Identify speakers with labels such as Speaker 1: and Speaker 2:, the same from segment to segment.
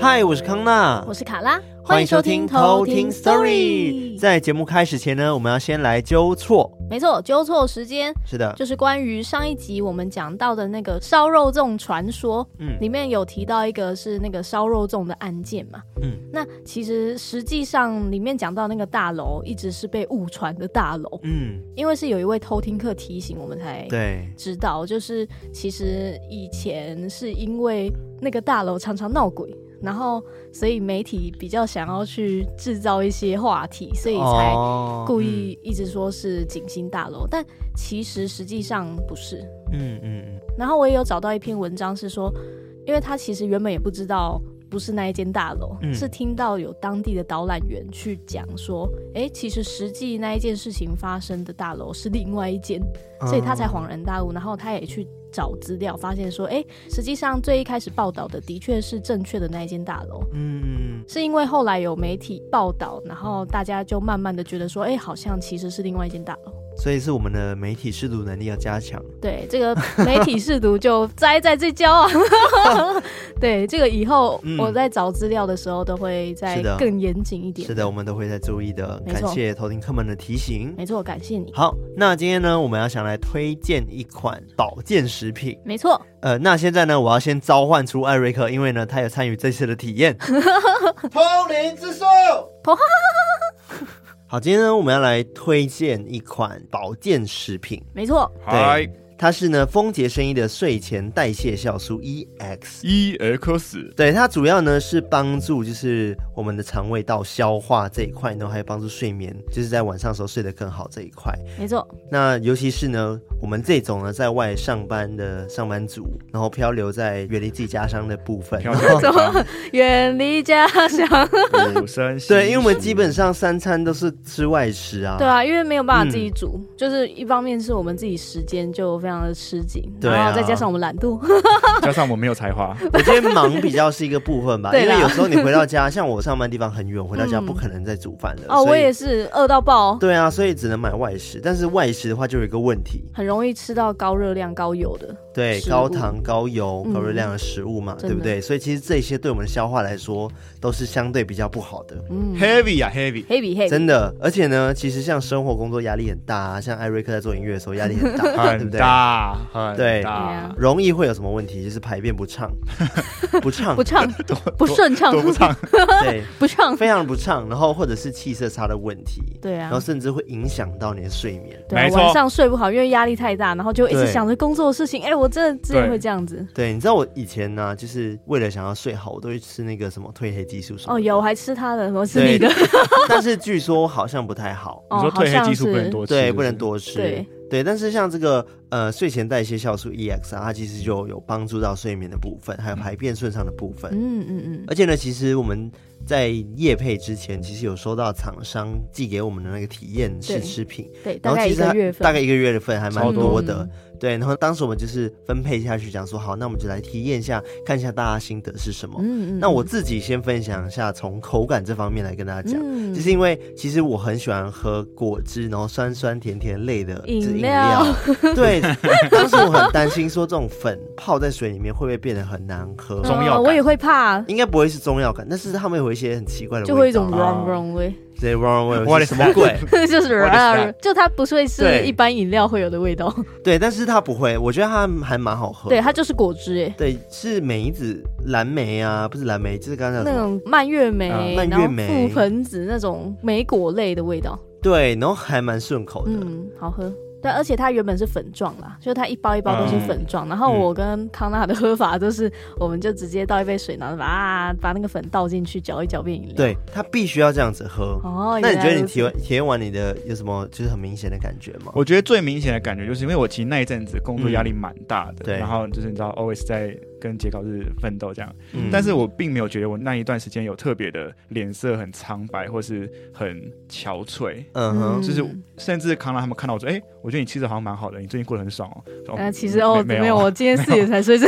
Speaker 1: 嗨，我是康娜，
Speaker 2: 我是卡拉，
Speaker 1: 欢迎收听偷听 Story。在节目开始前呢，我们要先来纠错。
Speaker 2: 没错，纠错时间
Speaker 1: 是的，
Speaker 2: 就是关于上一集我们讲到的那个烧肉粽传说，
Speaker 1: 嗯
Speaker 2: 里面有提到一个是那个烧肉粽的案件嘛。
Speaker 1: 嗯，
Speaker 2: 那其实实际上里面讲到那个大楼一直是被误传的大楼，
Speaker 1: 嗯，
Speaker 2: 因为是有一位偷听客提醒我们才
Speaker 1: 对，
Speaker 2: 知道，就是其实以前是因为那个大楼常常闹鬼，然后所以媒体比较想要去制造一些话题，所以才
Speaker 1: 哦
Speaker 2: 故意一直说是景星大楼，但其实实际上不是。
Speaker 1: 嗯，嗯嗯
Speaker 2: 然后我也有找到一篇文章是说，因为他其实原本也不知道不是那一间大楼，
Speaker 1: 嗯
Speaker 2: 是听到有当地的导览员去讲说，诶，其实实际那一件事情发生的大楼是另外一间，
Speaker 1: 嗯，
Speaker 2: 所以他才恍然大悟。然后他也去找资料，发现说，诶，实际上最一开始报道的的确是正确的那一间大楼。
Speaker 1: 嗯，嗯，
Speaker 2: 是因为后来有媒体报道，然后大家就慢慢的觉得说，哎、好像其实是另外一间大楼。
Speaker 1: 所以是我们的媒体试读能力要加强。
Speaker 2: 对，这个媒体试读就 栽在这跤啊。对，这个以后
Speaker 1: 嗯
Speaker 2: 我在找资料的时候都会再
Speaker 1: 是的
Speaker 2: 更严谨一点。
Speaker 1: 是的，我们都会在注意的。
Speaker 2: 没错
Speaker 1: 感谢偷听客们的提醒。
Speaker 2: 没错，感谢你。
Speaker 1: 好，那今天呢，我们要想来推荐一款保健食品。
Speaker 2: 没错，
Speaker 1: 呃，那现在呢，我要先召唤出艾瑞克，因为呢，他有参与这次的体验。通灵之术。
Speaker 2: 通
Speaker 1: 好，今天呢，我们要来推荐一款保健食品，
Speaker 2: 没错，
Speaker 1: 对，它是呢丰杰生医的睡前代谢酵素 EX。
Speaker 3: ，EX
Speaker 1: 对，它主要呢是帮助就是我们的肠胃道消化这一块，然后还有帮助睡眠，就是在晚上的时候睡得更好这一块。
Speaker 2: 没错，
Speaker 1: 那尤其是呢，我们这种呢在外上班的上班族，然后漂流在远离自己家乡的部分，
Speaker 3: 飘飘
Speaker 2: 怎么远离家乡。
Speaker 3: 五声 息
Speaker 1: 对，因为我们基 本上三餐都是吃外食啊，
Speaker 2: 对啊，因为没有办法自己
Speaker 1: 嗯
Speaker 2: 煮，就是一方面是我们自己时间就非常的吃紧，
Speaker 1: 对
Speaker 2: 然
Speaker 1: 啊
Speaker 2: 后再加上我们懒 惰。
Speaker 3: 加上我没有才华，
Speaker 1: 我觉得忙比较是一个部分 吧，
Speaker 2: 对
Speaker 1: 因
Speaker 2: 啦
Speaker 1: 为有时候你回到家， 像我上班地方很远，回到家
Speaker 2: 嗯
Speaker 1: 不可能再煮饭的。
Speaker 2: 哦，
Speaker 1: 所以
Speaker 2: 我也是饿到爆。
Speaker 1: 对啊，所以只能买外食，但是外食的话就有一个问题，
Speaker 2: 很容易吃到高热量、高油的。
Speaker 1: 对，
Speaker 2: 食物
Speaker 1: 高糖、高油、
Speaker 2: 嗯
Speaker 1: 高热量的食物嘛，
Speaker 2: 真的
Speaker 1: 对不对？所以其实这些对我们的消化来说都是相对比较不好的。
Speaker 2: 嗯
Speaker 3: heavy 啊 heavy，
Speaker 2: ，heavy heavy，
Speaker 1: 真的，而且呢，其实像生活工作压力很大、啊，像艾瑞克在做音乐的时 候压力很大，对
Speaker 3: 很
Speaker 1: 不对？
Speaker 3: 大很
Speaker 1: 对
Speaker 3: 大，
Speaker 1: 容易会有什么问题？就是排便不 畅，不畅
Speaker 2: 不， 畅，不顺畅
Speaker 3: 都，不唱，
Speaker 1: 对，
Speaker 2: 不畅。
Speaker 1: 非常不畅，然后或者是气色差的问题，
Speaker 2: 对啊
Speaker 1: 然后，甚至会影响到你的睡眠。
Speaker 2: 对啊，
Speaker 3: 没错
Speaker 2: 晚上睡不好，因为压力太大，然后就一直
Speaker 1: 对
Speaker 2: 想着工作的事情。哎，我真的之前
Speaker 3: 对
Speaker 2: 会这样子。
Speaker 1: 对，你知道我以前呢、就是为了想要睡好，我都会吃那个什么褪黑激素什么的。
Speaker 2: 哦，有，我还吃他的，我吃
Speaker 1: 对
Speaker 2: 你的。
Speaker 1: 但是据说好像不太好，
Speaker 3: 你
Speaker 2: 哦，
Speaker 3: 说
Speaker 2: 好
Speaker 3: 褪黑
Speaker 2: 像
Speaker 3: 激素不
Speaker 2: 是
Speaker 3: 能多吃，
Speaker 1: 对，不能多吃。
Speaker 2: 对
Speaker 1: 但是像这个呃睡前代谢酵素 EX 啊，它其实就有帮助到睡眠的部分，还有排便顺畅的部分。
Speaker 2: 嗯嗯嗯，
Speaker 1: 而且呢，其实我们在夜配之前，其实有收到厂商寄给我们的那个体验试
Speaker 2: 对
Speaker 1: 吃品，
Speaker 2: 对，大
Speaker 1: 然后
Speaker 2: 概
Speaker 1: 其
Speaker 2: 一
Speaker 1: 实它
Speaker 2: 个月份，嗯
Speaker 1: 大概一个月的份还蛮
Speaker 3: 超
Speaker 1: 多
Speaker 3: 多
Speaker 1: 的。对，然后当时我们就是分配下去，讲说好，那我们就来体验一下，看一下大家心得是什么。
Speaker 2: 嗯嗯嗯，
Speaker 1: 那我自己先分享一下，从口感这方面来跟大家讲，
Speaker 2: 嗯
Speaker 1: 就是因为其实我很喜欢喝果汁，然后酸酸甜甜类的
Speaker 2: 饮
Speaker 1: 这饮
Speaker 2: 料
Speaker 1: 料。对， 当时我很担心说这种粉泡在水里面会不会变得很难喝，
Speaker 3: 中
Speaker 2: 呃
Speaker 3: 药感
Speaker 2: 我也会怕，
Speaker 1: 应该不会是中药感，但是他们有一些很奇怪的味道，
Speaker 2: 就会有一种
Speaker 3: 味
Speaker 2: run
Speaker 3: 道
Speaker 2: run 味，
Speaker 1: 对 wrong way，
Speaker 3: What
Speaker 1: 是什
Speaker 3: is
Speaker 1: 么鬼？
Speaker 2: 就是
Speaker 3: What is
Speaker 2: run，
Speaker 3: that？
Speaker 2: 就它不会是
Speaker 1: 对
Speaker 2: 一般饮料会有的 味道。
Speaker 1: 对，但是它不会，我觉得它还蛮好喝。
Speaker 2: 对，它就是果汁哎。
Speaker 1: 对，是梅子、蓝莓啊，不是蓝莓，就是刚才讲
Speaker 2: 那
Speaker 1: 什么
Speaker 2: 种蔓越莓，
Speaker 3: 啊
Speaker 1: 蔓
Speaker 2: 然
Speaker 1: 越
Speaker 2: 后
Speaker 1: 莓
Speaker 2: 覆盆子那种莓果类的味道，
Speaker 1: 对，然后还蛮顺口的。
Speaker 2: 嗯，好喝。对，而且它原本是粉状啦，就是它一包一包都是粉状。然后
Speaker 1: 嗯
Speaker 2: 我跟康纳的喝法就是，我们就直接倒一杯水，然后把啊把 那个粉倒进去，搅一搅变饮料。，
Speaker 1: 对，它必须要这样子喝。
Speaker 2: 哦，
Speaker 1: 那你觉得
Speaker 2: 原来
Speaker 1: 你
Speaker 2: 如此
Speaker 1: 体验体验完你的有什么就是很明显的感觉吗？
Speaker 3: 我觉得最明显的感觉就是因为我其实那一阵子工作压力蛮大的，
Speaker 1: 对
Speaker 3: 然后就是你知道 always 在跟截稿日奋斗这样。
Speaker 1: 嗯
Speaker 3: 但是我并没有觉得我那一段时间有特别的脸色很苍白或是很憔悴，
Speaker 1: 嗯哼，
Speaker 3: 就是甚至康拉他们看到我说：“哎、我觉得你气色好像蛮好的，你最近过得很爽哦。”说
Speaker 2: 那其实哦，
Speaker 3: 没啊
Speaker 2: 没有，
Speaker 3: 有
Speaker 2: 我
Speaker 3: 啊，
Speaker 2: 今天四 点才睡觉。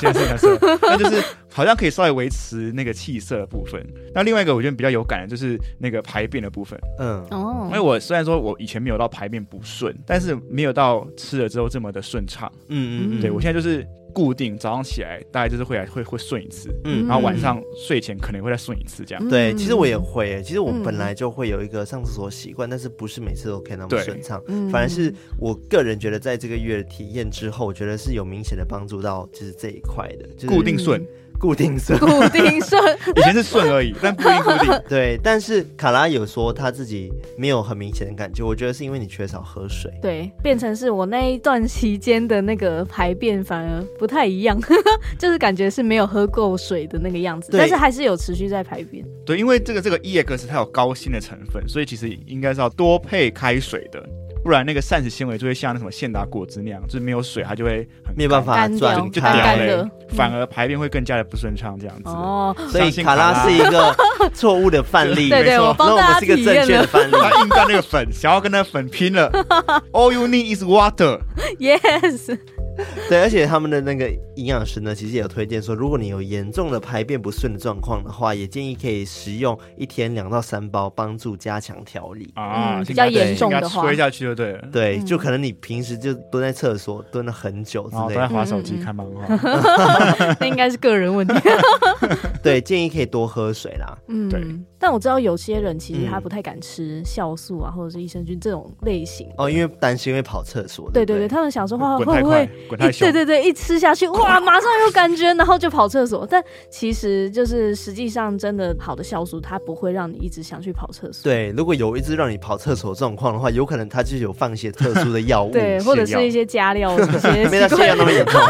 Speaker 3: 现在是那时候，那就是好像可以稍微维持那个气色的部分。那另外一个我觉得比较有感的就是那个排便的部分，
Speaker 1: 嗯
Speaker 2: 哦
Speaker 3: 因为我虽然说我以前没有到排便不顺，但是没有到吃了之后这么的顺畅。
Speaker 1: 嗯嗯，
Speaker 3: 对我现在就是固定早上起来大概就是会来会会顺一次，
Speaker 1: 嗯
Speaker 3: 然后晚上睡前可能会再顺一次这样。
Speaker 1: 对，
Speaker 2: 嗯
Speaker 1: 其实我也会耶，其实我本来就会有一个上厕所习惯，但是不是每次都可以那么
Speaker 3: 对
Speaker 1: 顺畅。
Speaker 2: 嗯
Speaker 1: 反而是我个人觉得，在这个月的体验之后，我觉得是有明显的帮助到，就是这一块的，就是嗯
Speaker 3: 固定顺，
Speaker 1: 固定 顺。
Speaker 2: 固定顺，
Speaker 3: 以前是顺而已，但不一定固定。
Speaker 1: 对，但是卡拉有说他自己没有很明显的感觉，我觉得是因为你缺少喝水。
Speaker 2: 对，变成是我那一段期间的那个排便反而不太一样， 就是感觉是没有喝够水的那个样子，
Speaker 1: 对
Speaker 2: 但是还是有持续在排便。
Speaker 3: 对，因为这个这个 EX 它有高锌的成分，所以其实应该是要多配开水的，不然那个膳食纤维就会像那什么现打果汁那样，就是没有水它就会很
Speaker 1: 没有办
Speaker 3: 法，
Speaker 1: 法
Speaker 2: 干掉
Speaker 1: 转
Speaker 3: 就
Speaker 2: 干
Speaker 3: 掉
Speaker 1: 开
Speaker 2: 干。
Speaker 3: 了
Speaker 2: 的，
Speaker 3: 反而排便会更加的不顺畅这样子。
Speaker 2: 哦，
Speaker 1: 所以
Speaker 3: 相信
Speaker 1: 卡拉
Speaker 3: 卡拉
Speaker 1: 是一个错误的范例，
Speaker 2: 对对，我
Speaker 3: 嗯没错
Speaker 1: 然后
Speaker 2: 帮
Speaker 1: 我
Speaker 2: 大
Speaker 1: 们是
Speaker 2: 家
Speaker 1: 一个
Speaker 2: 体
Speaker 1: 正
Speaker 2: 验
Speaker 1: 确的
Speaker 2: 了，
Speaker 1: 范例。
Speaker 3: 他啊硬干那个粉，想要跟那粉拼了。All you need is water。
Speaker 2: yes，
Speaker 1: 对，而且他们的那个营养师呢，其实也有推荐说，如果你有严重的排便不顺的状况的话，也建议可以食用一天两到三包，帮助加强调理。
Speaker 3: 啊，
Speaker 2: 嗯
Speaker 3: 先
Speaker 2: 比较
Speaker 3: 给它
Speaker 1: 严
Speaker 2: 重
Speaker 3: 先给它
Speaker 2: 的话
Speaker 3: 吹下去就对了。
Speaker 1: 对，
Speaker 2: 嗯
Speaker 1: 就可能你平时就蹲在厕所蹲了很久之
Speaker 3: 然后
Speaker 1: 类
Speaker 3: 哦都在
Speaker 1: 的，
Speaker 3: 划手机
Speaker 2: 嗯嗯嗯
Speaker 3: 看漫画，
Speaker 2: 那应该是个人问题。
Speaker 1: 对，建议可以多喝水啦。
Speaker 2: 嗯，
Speaker 3: 对
Speaker 2: 但我知道有些人其实他
Speaker 1: 嗯
Speaker 2: 不太敢吃酵素啊，或者是益生菌这种类型。
Speaker 1: 哦，因为担心会跑厕所。
Speaker 2: 对
Speaker 1: 对
Speaker 2: 对
Speaker 1: 不
Speaker 2: 对，他们想说哇，
Speaker 3: 滚
Speaker 2: 会
Speaker 3: 太
Speaker 2: 不会
Speaker 3: 快，滚
Speaker 2: 一
Speaker 3: 太凶
Speaker 2: 对。对对，一吃下去， 哇，马上有感觉，然后就跑厕所。但其实就是实际上真的好的酵素，它不会让你一直想去跑厕所。
Speaker 1: 对，如果有一只让你跑厕所的状况的话，有可能它就有放一些特殊的药物。
Speaker 2: 对，或者是一些 加料，一些
Speaker 1: 没到
Speaker 2: 奇
Speaker 1: 现在
Speaker 2: 怪
Speaker 1: 那么严重。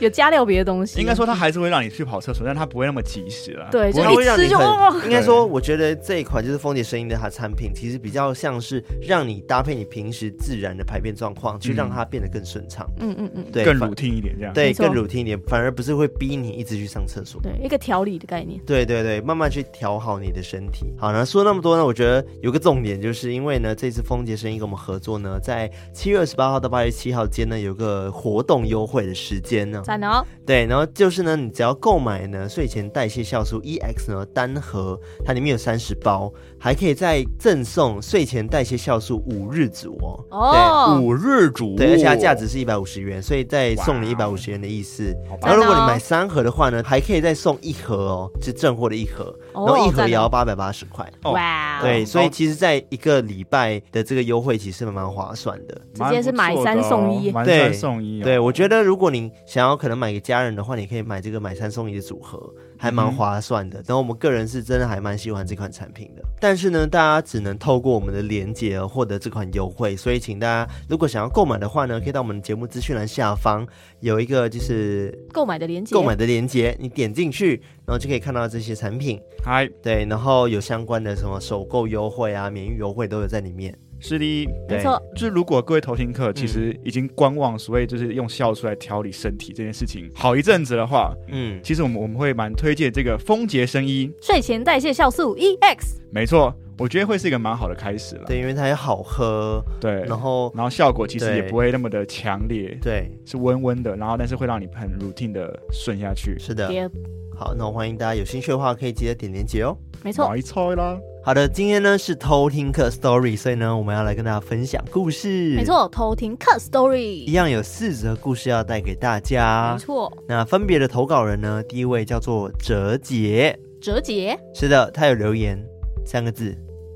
Speaker 2: 有加料别的东西。
Speaker 3: 应该说它还是会让你去跑厕所，但它不会那么及时啊了。
Speaker 2: 对，就
Speaker 1: 它
Speaker 3: 不
Speaker 1: 会
Speaker 2: 一
Speaker 1: 让
Speaker 2: 吃
Speaker 1: 你
Speaker 2: 就
Speaker 1: 很
Speaker 2: 哦，
Speaker 1: 应该说，我觉得这一款就是丰姐声音的它产品，其实比较像是让你搭配你平时自然的排便状况，去让它变得更顺畅，
Speaker 2: 嗯嗯嗯，
Speaker 1: 对，
Speaker 3: 更
Speaker 1: 反
Speaker 3: routine 一点这样。
Speaker 1: 对
Speaker 2: 没错
Speaker 1: 更 routine 一点，反而不是会逼你一直去上厕所。
Speaker 2: 对，一个调理的概念。
Speaker 1: 对对对，慢慢去调好你的身体。好呢，说那么多呢，我觉得有个重点，就是因为呢，这次丰杰生意跟我们合作呢，在七月二十八号到八月七号间呢，有个活动优惠的时间呢。
Speaker 2: 赞哦，
Speaker 1: 对，然后就是呢，你只要购买呢睡前代谢酵素 EX 呢单盒，它里面有三十包，还可以再赠送睡前代谢酵素五日组哦。
Speaker 2: 哦，
Speaker 3: 五日主，
Speaker 1: 对，对，而且它价值是一百五十元，所以再送你
Speaker 2: 哦
Speaker 1: 一百
Speaker 3: 哇
Speaker 1: 五十元的意思。
Speaker 3: 好
Speaker 1: 然后
Speaker 3: 吧，
Speaker 1: 如果你
Speaker 2: 赞哦
Speaker 1: 买三盒的话呢，还可以再送一盒哦，是正货的一盒，然
Speaker 2: 哦
Speaker 1: 后一盒
Speaker 2: 赞哦
Speaker 1: 也要八百八十块。
Speaker 3: 哦
Speaker 2: 哇哦，
Speaker 1: 对，
Speaker 3: 哦
Speaker 1: 所以其实在一个礼拜的这个优惠其实蛮划算的。
Speaker 2: 直接是买三送一
Speaker 3: 蛮不错的哦买
Speaker 1: 对
Speaker 3: 三送一哦。
Speaker 1: 对，我觉得如果你想要可能买给家人的话，你可以买这个买三送一的组合，还蛮
Speaker 3: 嗯
Speaker 1: 划算的。然后我们个人是真的还蛮喜欢这款产品的，但是呢，大家只能透过我们的连接而获得这款优惠，所以请大家如果想要购买的话呢，可以到我们节目资讯栏下方有一个
Speaker 3: 嗯
Speaker 1: 就是
Speaker 2: 购买的链接，
Speaker 1: 购买的连接，你点进去，然后就可以看到这些产品。
Speaker 3: 嗨，
Speaker 1: 对，然后有相关的什么首购优惠啊、免运优惠都有在里面。
Speaker 3: 是的。
Speaker 1: 对
Speaker 2: 没错，
Speaker 3: 就是如果各位投听客其实已经观望所谓就是用酵素来调理身体这件事情好一阵子的话，
Speaker 1: 嗯，
Speaker 3: 其实我们我们会蛮推荐这个丰洁生衣，
Speaker 2: 睡前代谢酵素 E EX，
Speaker 3: 没错，我觉得会是一个蛮好的开始了。
Speaker 1: 对，因为它也好喝，
Speaker 3: 对，
Speaker 1: 然后
Speaker 3: 然后效果其实
Speaker 1: 对
Speaker 3: 也不会那么的强烈，
Speaker 1: 对，
Speaker 3: 是温温的，然后但是会让你很 routine 的顺下去。
Speaker 1: 是的。
Speaker 2: 也
Speaker 1: 好，那我欢迎大家有兴趣的话，可以记得点连接哦。
Speaker 2: 没错，
Speaker 3: 买菜啦！
Speaker 1: 好的，今天呢是偷听课 story，所以呢我们要来跟大家分享故事。
Speaker 2: 没，错，偷听 Cut
Speaker 1: 一
Speaker 2: Story，
Speaker 1: 样啊有四则故事要带给大家
Speaker 2: 没。错，
Speaker 1: 那分别的投稿人呢，第一位叫做哲杰，
Speaker 2: 哲杰，
Speaker 1: 是的，他有留言三个 字，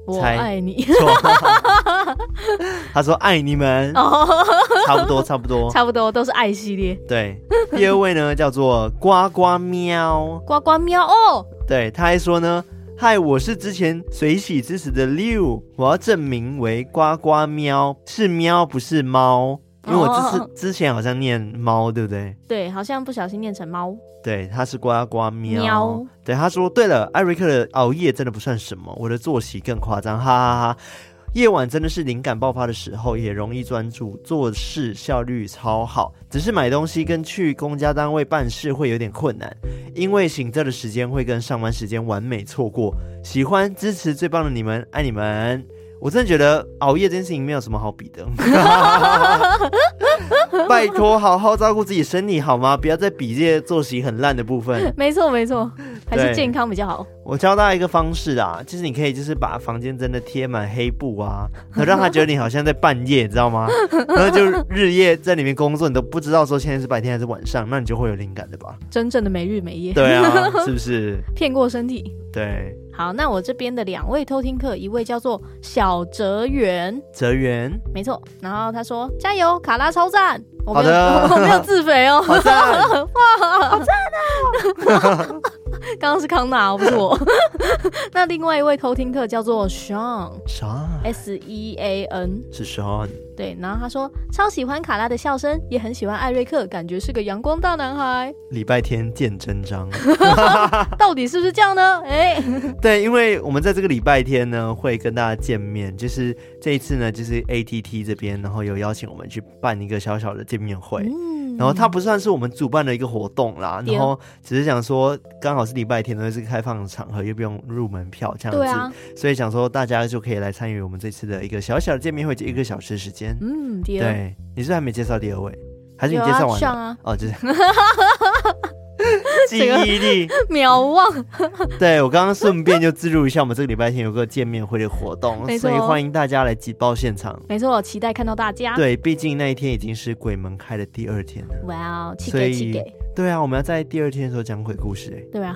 Speaker 2: 我
Speaker 1: 猜
Speaker 2: 爱你，
Speaker 1: 错，他说爱你们，
Speaker 2: 哦，
Speaker 1: 差不多差不多。
Speaker 2: 差不多都是爱系列，
Speaker 1: 对，第二位呢叫做呱呱喵，
Speaker 2: 呱呱喵哦，
Speaker 1: 对，他还说呢，嗨，我是之前水洗之时的 Liu，我要证明为呱呱喵，是喵不是猫，因为我之
Speaker 2: 哦
Speaker 1: 是之前好像念猫，对不对？
Speaker 2: 对，好像不小心念成猫，
Speaker 1: 对，他是呱呱喵。
Speaker 2: 喵
Speaker 1: 对，他说对了，艾瑞克的熬夜真的不算什么，我的作息更夸张，哈哈哈夜晚真的是灵感爆发的时候，也容易专注，做事效率超好。只是买东西跟去公家单位办事会有点困难，因为醒着的时间会跟上班时间完美错过。喜欢支持最棒的你们，爱你们。我真的觉得熬夜这件事情没有什么好比的，拜托好好照顾自己身体好吗？不要再比这些作息很烂的部分。
Speaker 2: 没错 没错，还
Speaker 1: 对
Speaker 2: 是健康比较好。
Speaker 1: 我教大家一个方式啊，就是你可以就是把房间真的贴满黑布啊，然后让他觉得你好像在半夜，你知道 吗？然后就日夜在里面工作，你都不知道说现在是白天还是晚上，那你就会有灵感的 吧？
Speaker 2: 真正的没日没夜，
Speaker 1: 对啊，是不是？
Speaker 2: 骗过身体。
Speaker 1: 对，
Speaker 2: 好，那我这边的两位偷听客，一位叫做小哲源，
Speaker 1: 哲源，
Speaker 2: 没错。然后他说：“加油，卡拉超赞！”我没
Speaker 1: 好
Speaker 2: 有，
Speaker 1: 的
Speaker 2: 我没有自肥 哦。
Speaker 1: 好赞，
Speaker 2: 刚刚是康纳哦，不是我。 那另外一位偷听客叫做 Sean
Speaker 1: 啥？
Speaker 2: S E A N，
Speaker 1: 是 Sean，
Speaker 2: 对。然后他说超喜欢卡拉的笑声，也很喜欢艾瑞克，感觉是个阳光大男孩。
Speaker 1: 礼拜天见真 章。
Speaker 2: 到底是不是这样呢？哎，
Speaker 1: 对，因为我们在这个礼拜天呢会跟大家见面，就是这一次呢就是 ATT 这边，然后有邀请我们去办一个小小的见面会。
Speaker 2: 嗯
Speaker 1: 然后它不算是我们主办的一个活动啦，
Speaker 2: 对哦
Speaker 1: 然后只是想说刚好是礼拜天，都是开放的场合，又不用入门票这样
Speaker 2: 对
Speaker 1: 子，
Speaker 2: 啊，
Speaker 1: 所以想说大家就可以来参与我们这次的一个小小的见面会，就一个小时的时间。
Speaker 2: 嗯，第二，
Speaker 1: 对，你是不是还没介绍第二位，还是你
Speaker 2: 有
Speaker 1: 介绍
Speaker 2: 啊，
Speaker 1: 完
Speaker 2: 上
Speaker 1: 了？
Speaker 2: 啊，
Speaker 1: 哦，就是 记
Speaker 2: 这个
Speaker 1: 忆力。
Speaker 2: 秒忘。
Speaker 1: 对我刚刚顺便就自入一下，我们这个礼拜天有个见面会的活动，
Speaker 2: 没错哦啊
Speaker 1: 所以欢迎大家来挤爆现场。
Speaker 2: 没错，期待看到大家。
Speaker 1: 对，毕竟那一天已经是鬼门开的第二天了。
Speaker 2: 哇哦，气
Speaker 1: 所
Speaker 2: 给
Speaker 1: 以
Speaker 2: 气给，
Speaker 1: 对啊，我们要在第二天的时候讲鬼故事、 欸，
Speaker 2: 对啊，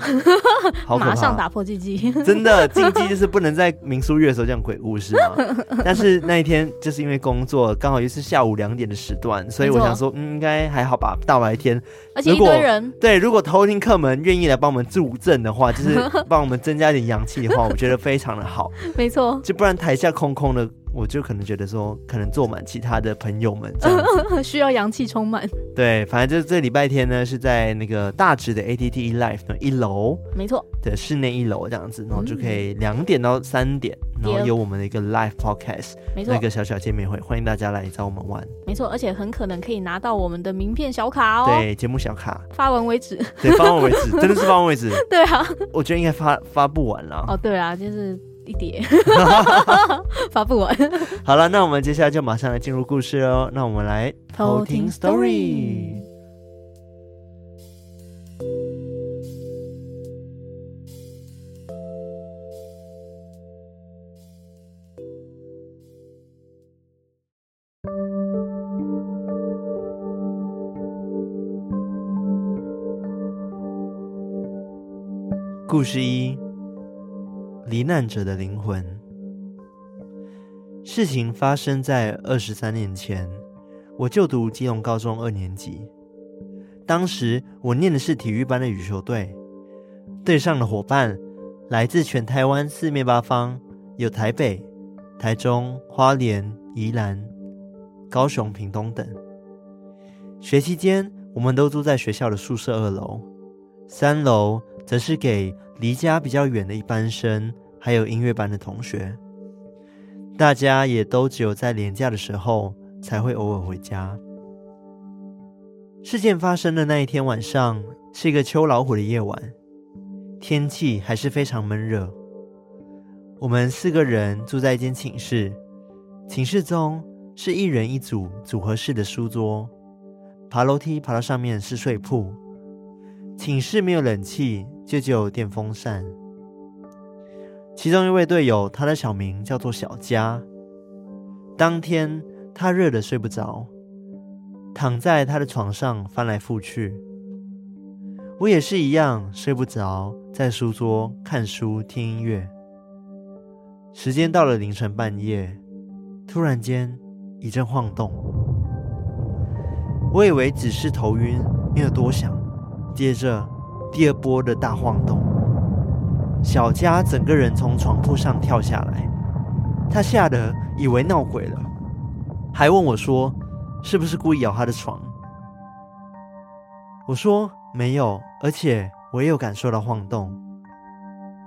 Speaker 1: 好可怕！
Speaker 2: 马上打破禁忌。
Speaker 1: 真的禁忌就是不能在民俗月的时候讲鬼故事 嘛。但是那一天就是因为工作，刚好又是下午两点的时段，所以我
Speaker 2: 没错
Speaker 1: 想说，嗯，应该还好吧，大白天。
Speaker 2: 而且一
Speaker 1: 如果
Speaker 2: 堆人，
Speaker 1: 对，如果偷听客们愿意来帮我们助阵的话，就是 帮我们增加一点阳气的话，我觉得非常的好。
Speaker 2: 没错，
Speaker 1: 就不然台下空空的，我就可能觉得说，可能坐满其他的朋友们这样子。
Speaker 2: 需要阳气充满。
Speaker 1: 对，反正就是这礼拜天呢，是在那个大直的 ATT Life 的一楼。
Speaker 2: 没错，
Speaker 1: 的室内一楼这样子，然后就可以两点到三点，然后有我们的一个 live podcast，
Speaker 2: 嗯没错
Speaker 1: 那，个小小见面会，欢迎大家来找我们玩。
Speaker 2: 没错，而且很可能可以拿到我们的名片小卡哦，
Speaker 1: 对，节目小卡，
Speaker 2: 发完为止。
Speaker 1: 对，发完为止，真的是发完为止，
Speaker 2: 对啊，
Speaker 1: 我觉得应该发发不完啦。
Speaker 2: 哦对啊，就是一 叠发不完。
Speaker 1: 好了，那我们接下来就马上来进入故事哦。那我们来偷听 story。故事一：罹难者的灵魂。事情发生在二十三年前，我就读基隆高中二年级。当时我念的是体育班的羽球队，队上的伙伴来自全台湾四面八方，有台北、台中、花莲、宜兰、高雄、屏东等。学期间，我们都住在学校的宿舍二楼，三楼则是给离家比较远的一班生，还有音乐班的同学。大家也都只有在廉价的时候才会偶尔回家。事件发生的那一天晚上是一个秋老虎的夜晚，天气还是非常闷热。我们四个人住在一间寝室，寝室中是一人一组组合式的书桌，爬楼梯爬到上面是睡铺。寝室没有冷气，就只有电风扇。其中一位队友，他的小名叫做小佳。当天他热得睡不着，躺在他的床上翻来覆去。我也是一样睡不着，在书桌看书听音乐。时间到了凌晨半夜，突然间一阵晃动，我以为只是头晕，没有多想。接着第二波的大晃动，小佳整个人从床铺上跳下来，她吓得以为闹鬼了，还问我说：“是不是故意咬她的床？”我说：“没有，而且我也有感受到晃动。”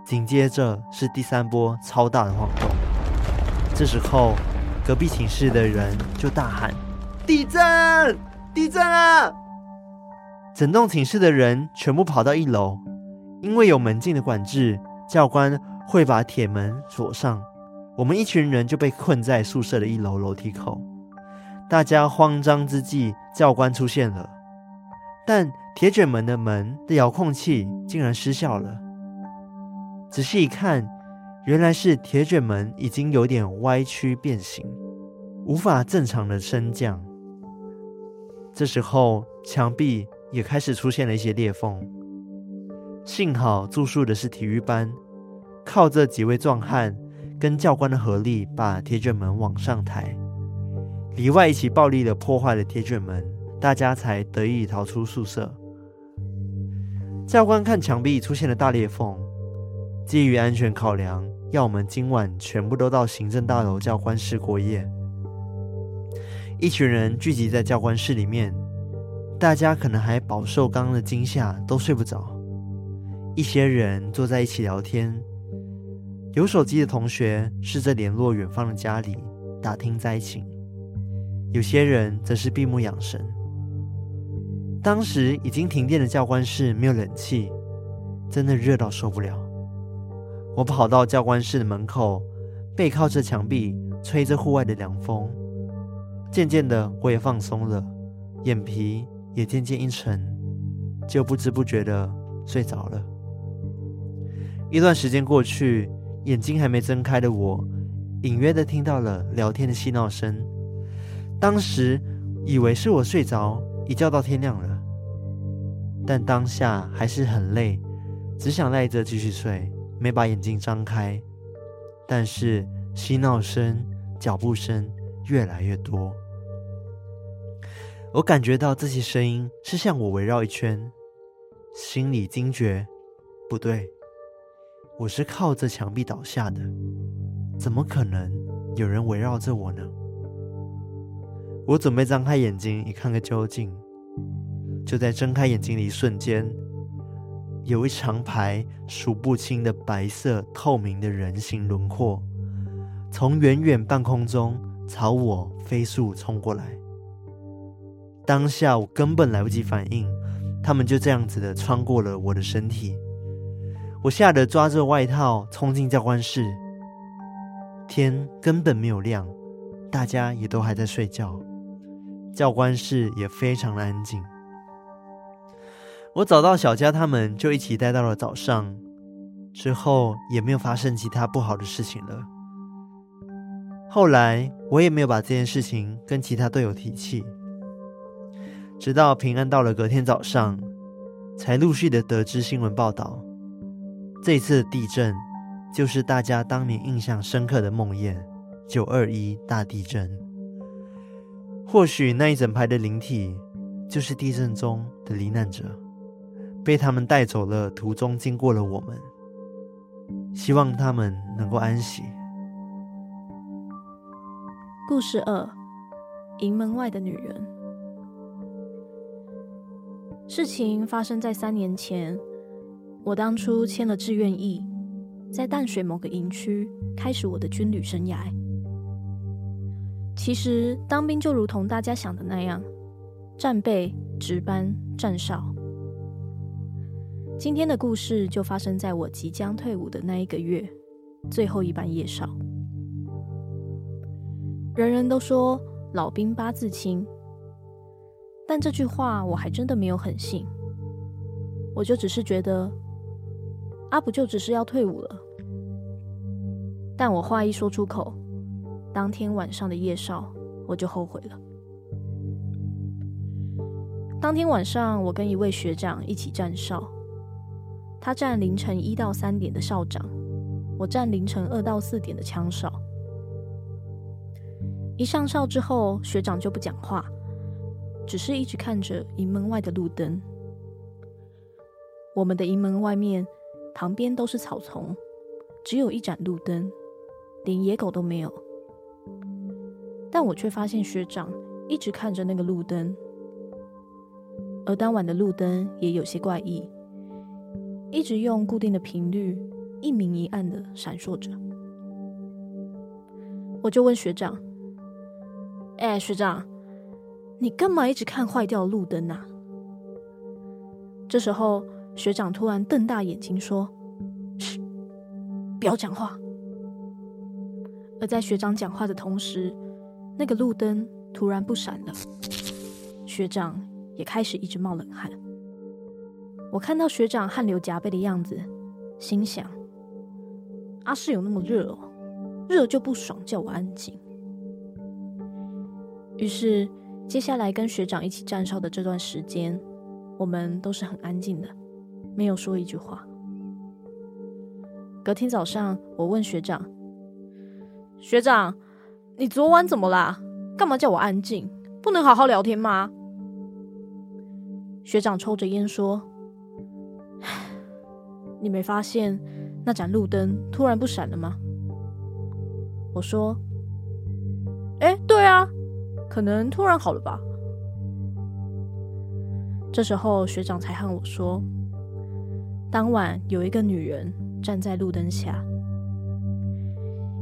Speaker 1: 紧接着是第三波超大的晃动，这时候，隔壁寝室的人就大喊：“地震！地震啊！”整栋寝室的人全部跑到一楼，因为有门禁的管制，教官会把铁门锁上。我们一群人就被困在宿舍的一楼楼梯口。大家慌张之际，教官出现了，但铁卷门的门的遥控器竟然失效了。仔细一看，原来是铁卷门已经有点歪曲变形，无法正常的升降。这时候，墙壁也开始出现了一些裂缝。幸好住宿的是体育班，靠这几位壮汉跟教官的合力，把铁卷门往上抬。里外一起暴力的破坏了铁卷门，大家才得以逃出宿舍。教官看墙壁出现了大裂缝，基于安全考量，要我们今晚全部都到行政大楼教官室过夜。一群人聚集在教官室里面，大家可能还饱受刚刚的惊吓，都睡不着。一些人坐在一起聊天，有手机的同学试着联络远方的家里，打听灾情。有些人则是闭目养神。当时已经停电的教官室没有冷气，真的热到受不了。我跑到教官室的门口，背靠着墙壁，吹着户外的凉风。渐渐的，我也放松了，眼皮也渐渐一沉，就不知不觉的睡着了。一段时间过去，眼睛还没睁开的我，隐约的听到了聊天的嬉闹声。当时以为是我睡着，一觉到天亮了，但当下还是很累，只想赖着继续睡，没把眼睛张开。但是嬉闹声、脚步声越来越多，我感觉到这些声音是向我围绕一圈，心里惊觉，不对，我是靠着墙壁倒下的，怎么可能有人围绕着我呢？我准备张开眼睛一看个究竟，就在睁开眼睛的一瞬间，有一长排数不清的白色透明的人形轮廓，从远远半空中朝我飞速冲过来。当下我根本来不及反应，他们就这样子的穿过了我的身体。我吓得抓着外套冲进教官室，天根本没有亮，大家也都还在睡觉。教官室也非常的安静。我找到小佳他们，就一起待到了早上。之后也没有发生其他不好的事情了。后来我也没有把这件事情跟其他队友提起，直到平安到了隔天早上，才陆续的得知新闻报道。这一次的地震，就是大家当年印象深刻的梦魇——九二一大地震。或许那一整排的灵体就是地震中的罹难者，被他们带走了，途中经过了我们。希望他们能够安息。
Speaker 2: 故事二：营门外的女人。事情发生在三年前，我当初签了志愿役，在淡水某个营区开始我的军旅生涯。其实当兵就如同大家想的那样，战备、值班、站哨。今天的故事就发生在我即将退伍的那一个月，最后一班夜哨。人人都说老兵八字轻，但这句话我还真的没有很信。我就只是觉得，啊，不就只是要退伍了？但我话一说出口，当天晚上的夜哨，我就后悔了。当天晚上，我跟一位学长一起站哨，他站凌晨一到三点的哨长，我站凌晨二到四点的枪哨。一上哨之后，学长就不讲话，只是一直看着营门外的路灯。我们的营门外面旁边都是草丛，只有一盏路灯，连野狗都没有。但我却发现学长一直看着那个路灯，而当晚的路灯也有些怪异，一直用固定的频率一明一暗的闪烁着。我就问学长：“哎，学长，你干嘛一直看坏掉的路灯啊？”这时候，学长突然瞪大眼睛说：“嘘，不要讲话。”而在学长讲话的同时，那个路灯突然不闪了，学长也开始一直冒冷汗。我看到学长汗流浃背的样子，心想：阿是有那么热哦，热就不爽，叫我安静。于是，接下来跟学长一起站哨的这段时间，我们都是很安静的，没有说一句话。隔天早上，我问学长：“学长，你昨晚怎么啦？干嘛叫我安静？不能好好聊天吗？”学长抽着烟说：“ 你没发现那盏路灯突然不闪了吗？”我说：“哎，对啊，可能突然好了吧。”这时候学长才和我说，当晚有一个女人站在路灯下，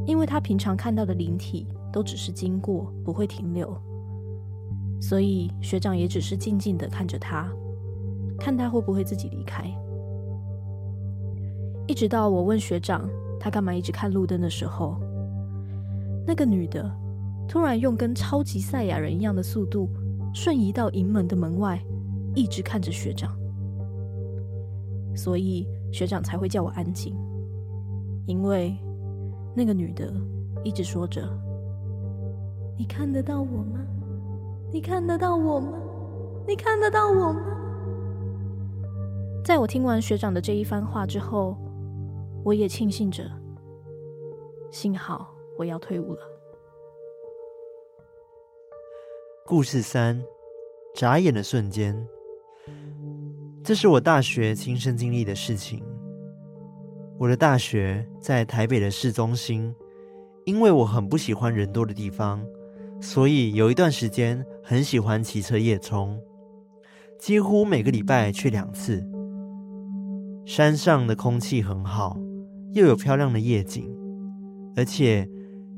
Speaker 2: 因为她平常看到的灵体都只是经过，不会停留，所以学长也只是静静的看着她，看她会不会自己离开。一直到我问学长她干嘛一直看路灯的时候，那个女的突然用跟超级赛亚人一样的速度瞬移到营门的门外，一直看着学长，所以学长才会叫我安静，因为那个女的一直说着：“你看得到我吗？你看得到我吗？你看得到我吗？”在我听完学长的这一番话之后，我也庆幸着，幸好我要退伍了。
Speaker 1: 故事三：眨眼的瞬间。这是我大学亲身经历的事情。我的大学在台北的市中心，因为我很不喜欢人多的地方，所以有一段时间很喜欢骑车夜冲，几乎每个礼拜去两次。山上的空气很好，又有漂亮的夜景，而且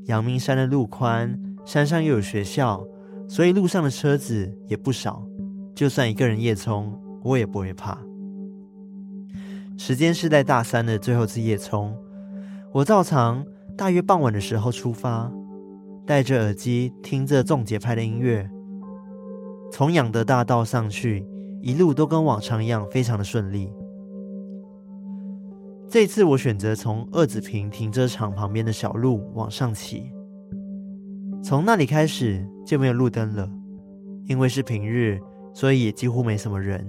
Speaker 1: 阳明山的路宽，山上又有学校，所以路上的车子也不少。就算一个人夜冲，我也不会怕。时间是在大三的最后一次夜冲，我照常大约傍晚的时候出发，戴着耳机听着重节拍的音乐，从养德大道上去，一路都跟往常一样，非常的顺利。这次我选择从二子坪停车场旁边的小路往上骑，从那里开始就没有路灯了，因为是平日，所以也几乎没什么人。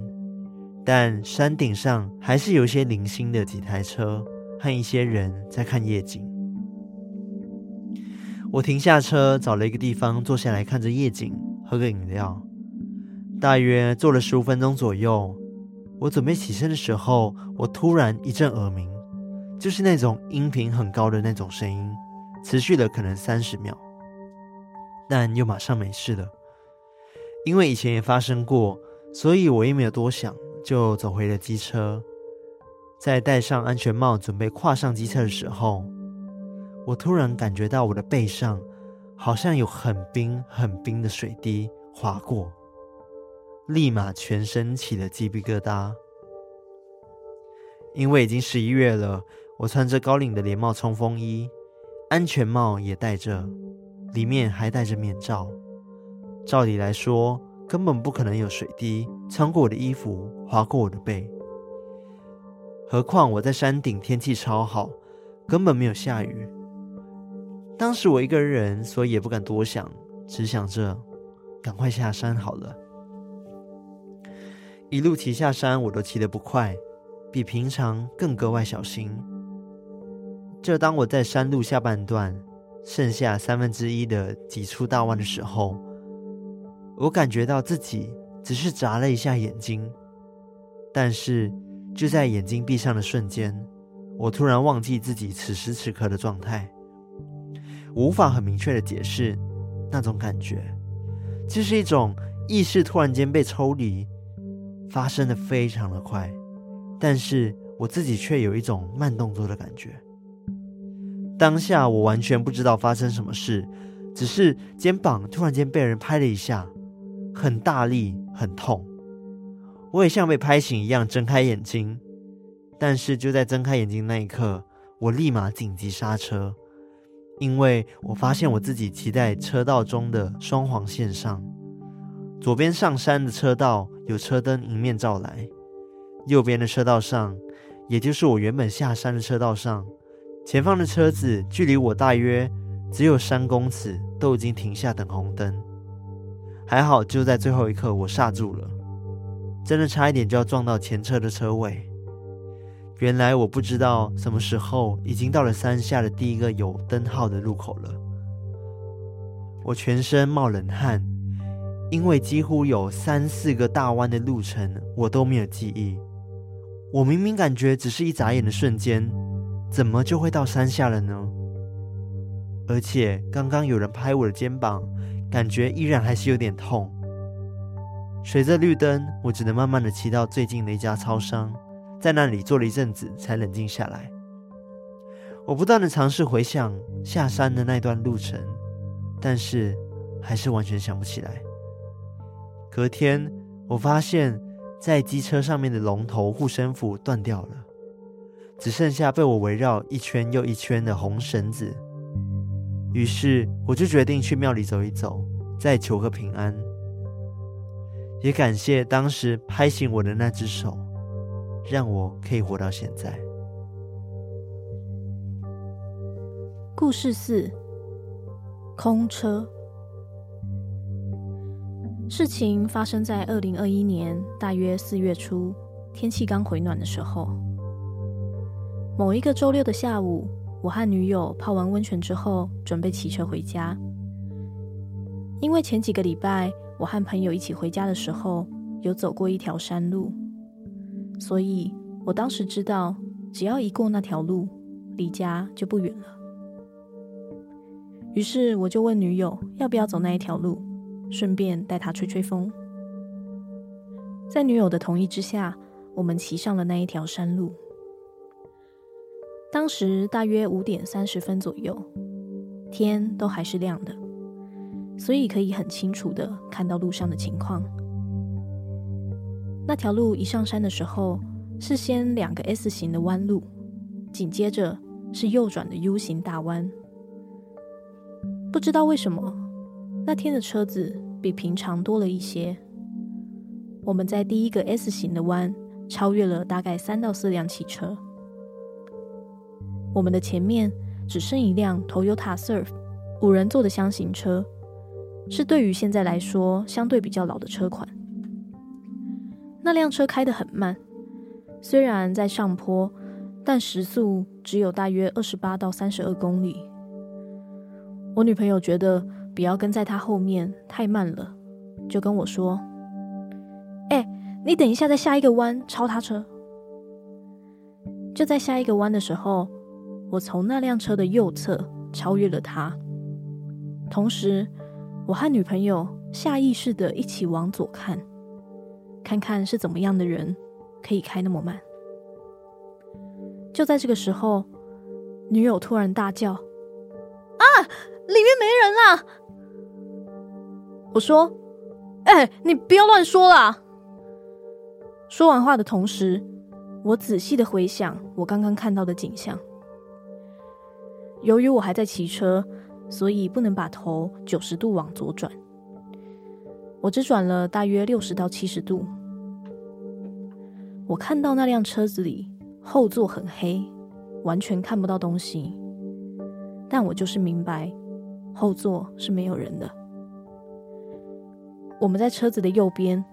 Speaker 1: 但山顶上还是有一些零星的几台车和一些人在看夜景。我停下车，找了一个地方坐下来看着夜景，喝个饮料。大约坐了十五分钟左右，我准备起身的时候，我突然一阵耳鸣，就是那种音频很高的那种声音，持续了可能三十秒，但又马上没事了。因为以前也发生过，所以我也没有多想，就走回了机车。在戴上安全帽准备跨上机车的时候，我突然感觉到我的背上好像有很冰很冰的水滴划过。立马全身起了鸡皮疙瘩。因为已经十一月了，我穿着高领的连帽冲锋衣，安全帽也戴着，里面还戴着面罩。照理来说，根本不可能有水滴穿过我的衣服，划过我的背。何况我在山顶，天气超好，根本没有下雨。当时我一个人，所以也不敢多想，只想着赶快下山好了。一路骑下山，我都骑得不快，比平常更格外小心。就当我在山路下半段剩下三分之一的几处大弯的时候，我感觉到自己只是眨了一下眼睛，但是就在眼睛闭上的瞬间，我突然忘记自己此时此刻的状态，无法很明确的解释那种感觉，就是一种意识突然间被抽离。发生的非常的快，但是我自己却有一种慢动作的感觉。当下我完全不知道发生什么事，只是肩膀突然间被人拍了一下，很大力，很痛。我也像被拍醒一样睁开眼睛，但是就在睁开眼睛那一刻，我立马紧急刹车，因为我发现我自己骑在车道中的双黄线上，左边上山的车道有车灯迎面照来，右边的车道上，也就是我原本下山的车道上，前方的车子距离我大约只有三公尺，都已经停下等红灯。还好就在最后一刻我刹住了，真的差一点就要撞到前车的车位。原来我不知道什么时候已经到了山下的第一个有灯号的路口了。我全身冒冷汗，因为几乎有三四个大弯的路程我都没有记忆。我明明感觉只是一眨眼的瞬间，怎么就会到山下了呢？而且刚刚有人拍我的肩膀，感觉依然还是有点痛。随着绿灯，我只能慢慢的骑到最近的一家超商，在那里坐了一阵子，才冷静下来。我不断的尝试回想下山的那段路程，但是还是完全想不起来。隔天，我发现，在机车上面的龙头护身符断掉了，只剩下被我围绕一圈又一圈的红绳子。于是我就决定去庙里走一走，再求个平安。也感谢当时拍醒我的那只手，让我可以活到现在。
Speaker 2: 故事四：空车。事情发生在二零二一年大约四月初，天气刚回暖的时候。某一个周六的下午，我和女友泡完温泉之后，准备骑车回家。因为前几个礼拜我和朋友一起回家的时候，有走过一条山路，所以我当时知道，只要一过那条路，离家就不远了。于是我就问女友要不要走那一条路，顺便带她吹吹风。在女友的同意之下，我们骑上了那一条山路。当时大约五点三十分左右，天都还是亮的，所以可以很清楚的看到路上的情况。那条路一上山的时候，是先两个 S 型的弯路，紧接着是右转的 U 型大弯。不知道为什么，那天的车子比平常多了一些。我们在第一个 S 型的弯超越了大概三到四辆汽车。我们的前面只剩一辆 Toyota Surf 五人座的箱型车，是对于现在来说相对比较老的车款。那辆车开得很慢，虽然在上坡，但时速只有大约二十八到三十二公里。我女朋友觉得不要跟在他后面太慢了，就跟我说：“哎、你等一下，在下一个弯超他车。”就在下一个弯的时候，我从那辆车的右侧超越了他，同时我和女朋友下意识的一起往左看，看看是怎么样的人可以开那么慢。就在这个时候，女友突然大叫：“里面没人啦！我说：“哎、你不要乱说啦！”说完话的同时，我仔细的回想我刚刚看到的景象。由于我还在骑车，所以不能把头九十度往左转，我只转了大约六十到七十度。我看到那辆车子里后座很黑，完全看不到东西。但我就是明白，后座是没有人的。我们在车子的右边，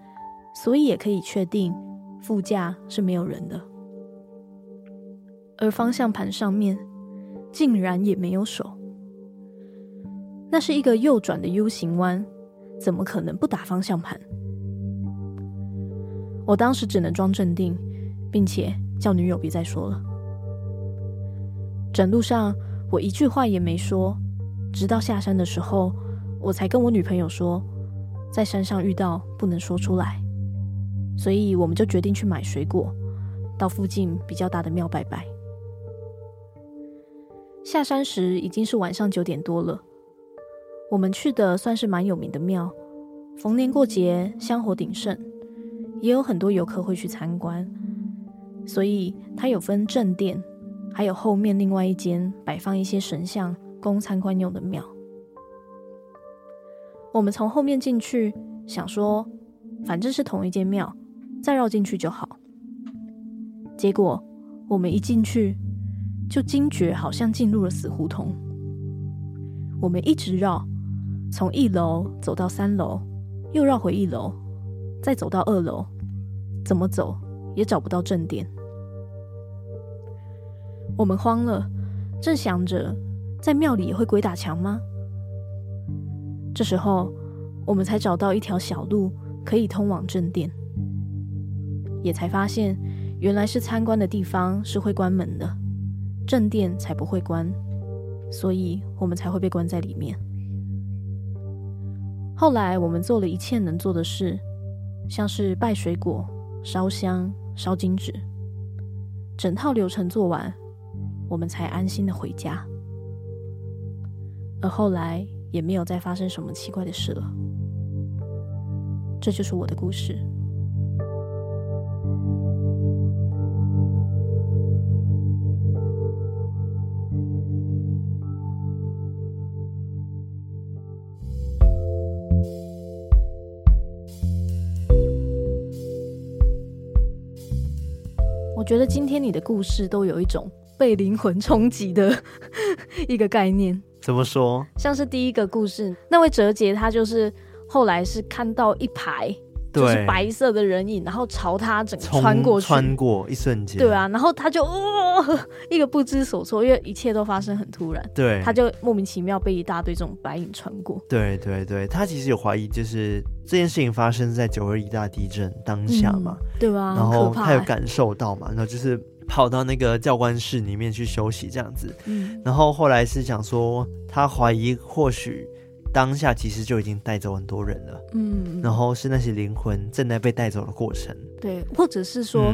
Speaker 2: 所以也可以确定副驾是没有人的。而方向盘上面竟然也没有手，那是一个右转的 U 型弯，怎么可能不打方向盘？我当时只能装镇定，并且叫女友别再说了。整路上我一句话也没说，直到下山的时候，我才跟我女朋友说，在山上遇到不能说出来，所以我们就决定去买水果，到附近比较大的庙拜拜。下山时已经是晚上九点多了。我们去的算是蛮有名的庙，逢年过节香火鼎盛，也有很多游客会去参观，所以它有分正殿，还有后面另外一间摆放一些神像供参观用的庙。我们从后面进去，想说反正是同一间庙，再绕进去就好。结果我们一进去，就惊觉好像进入了死胡同。我们一直绕，从一楼走到三楼，又绕回一楼，再走到二楼，怎么走也找不到正点。我们慌了，正想着在庙里也会鬼打墙吗？这时候，我们才找到一条小路可以通往正殿，也才发现原来是参观的地方是会关门的，正殿才不会关，所以我们才会被关在里面。后来我们做了一切能做的事，像是拜水果、烧香、烧金纸，整套流程做完，我们才安心的回家。而后来也没有再发生什么奇怪的事了。这就是我的故事。我觉得今天你的故事都有一种被灵魂冲击的 一个概念。
Speaker 1: 怎么说？
Speaker 2: 像是第一个故事，那位哲杰他就是后来是看到一排就是
Speaker 1: 对，
Speaker 2: 白色的人影，然后朝他整个
Speaker 1: 冲
Speaker 2: 穿过去，
Speaker 1: 穿过一瞬间，
Speaker 2: 对，啊，然后他就哦 一个不知所措，因为一切都发生很突然，
Speaker 1: 对，
Speaker 2: 他就莫名其妙被一大堆这种白影穿过。
Speaker 1: 对对对，他其实有怀疑，就是这件事情发生在九二一大地震当下嘛，
Speaker 2: 嗯，对吧？
Speaker 1: 然
Speaker 2: 很可
Speaker 1: 后
Speaker 2: 怕
Speaker 1: 他有
Speaker 2: 欸
Speaker 1: 感受到嘛，然后就是跑到那个教官室里面去休息这样子，
Speaker 2: 嗯
Speaker 1: 然后后来是想说，他怀疑或许当下其实就已经带走很多人了，
Speaker 2: 嗯，
Speaker 1: 然后是那些灵魂正在被带走的过程。
Speaker 2: 对，或者是说，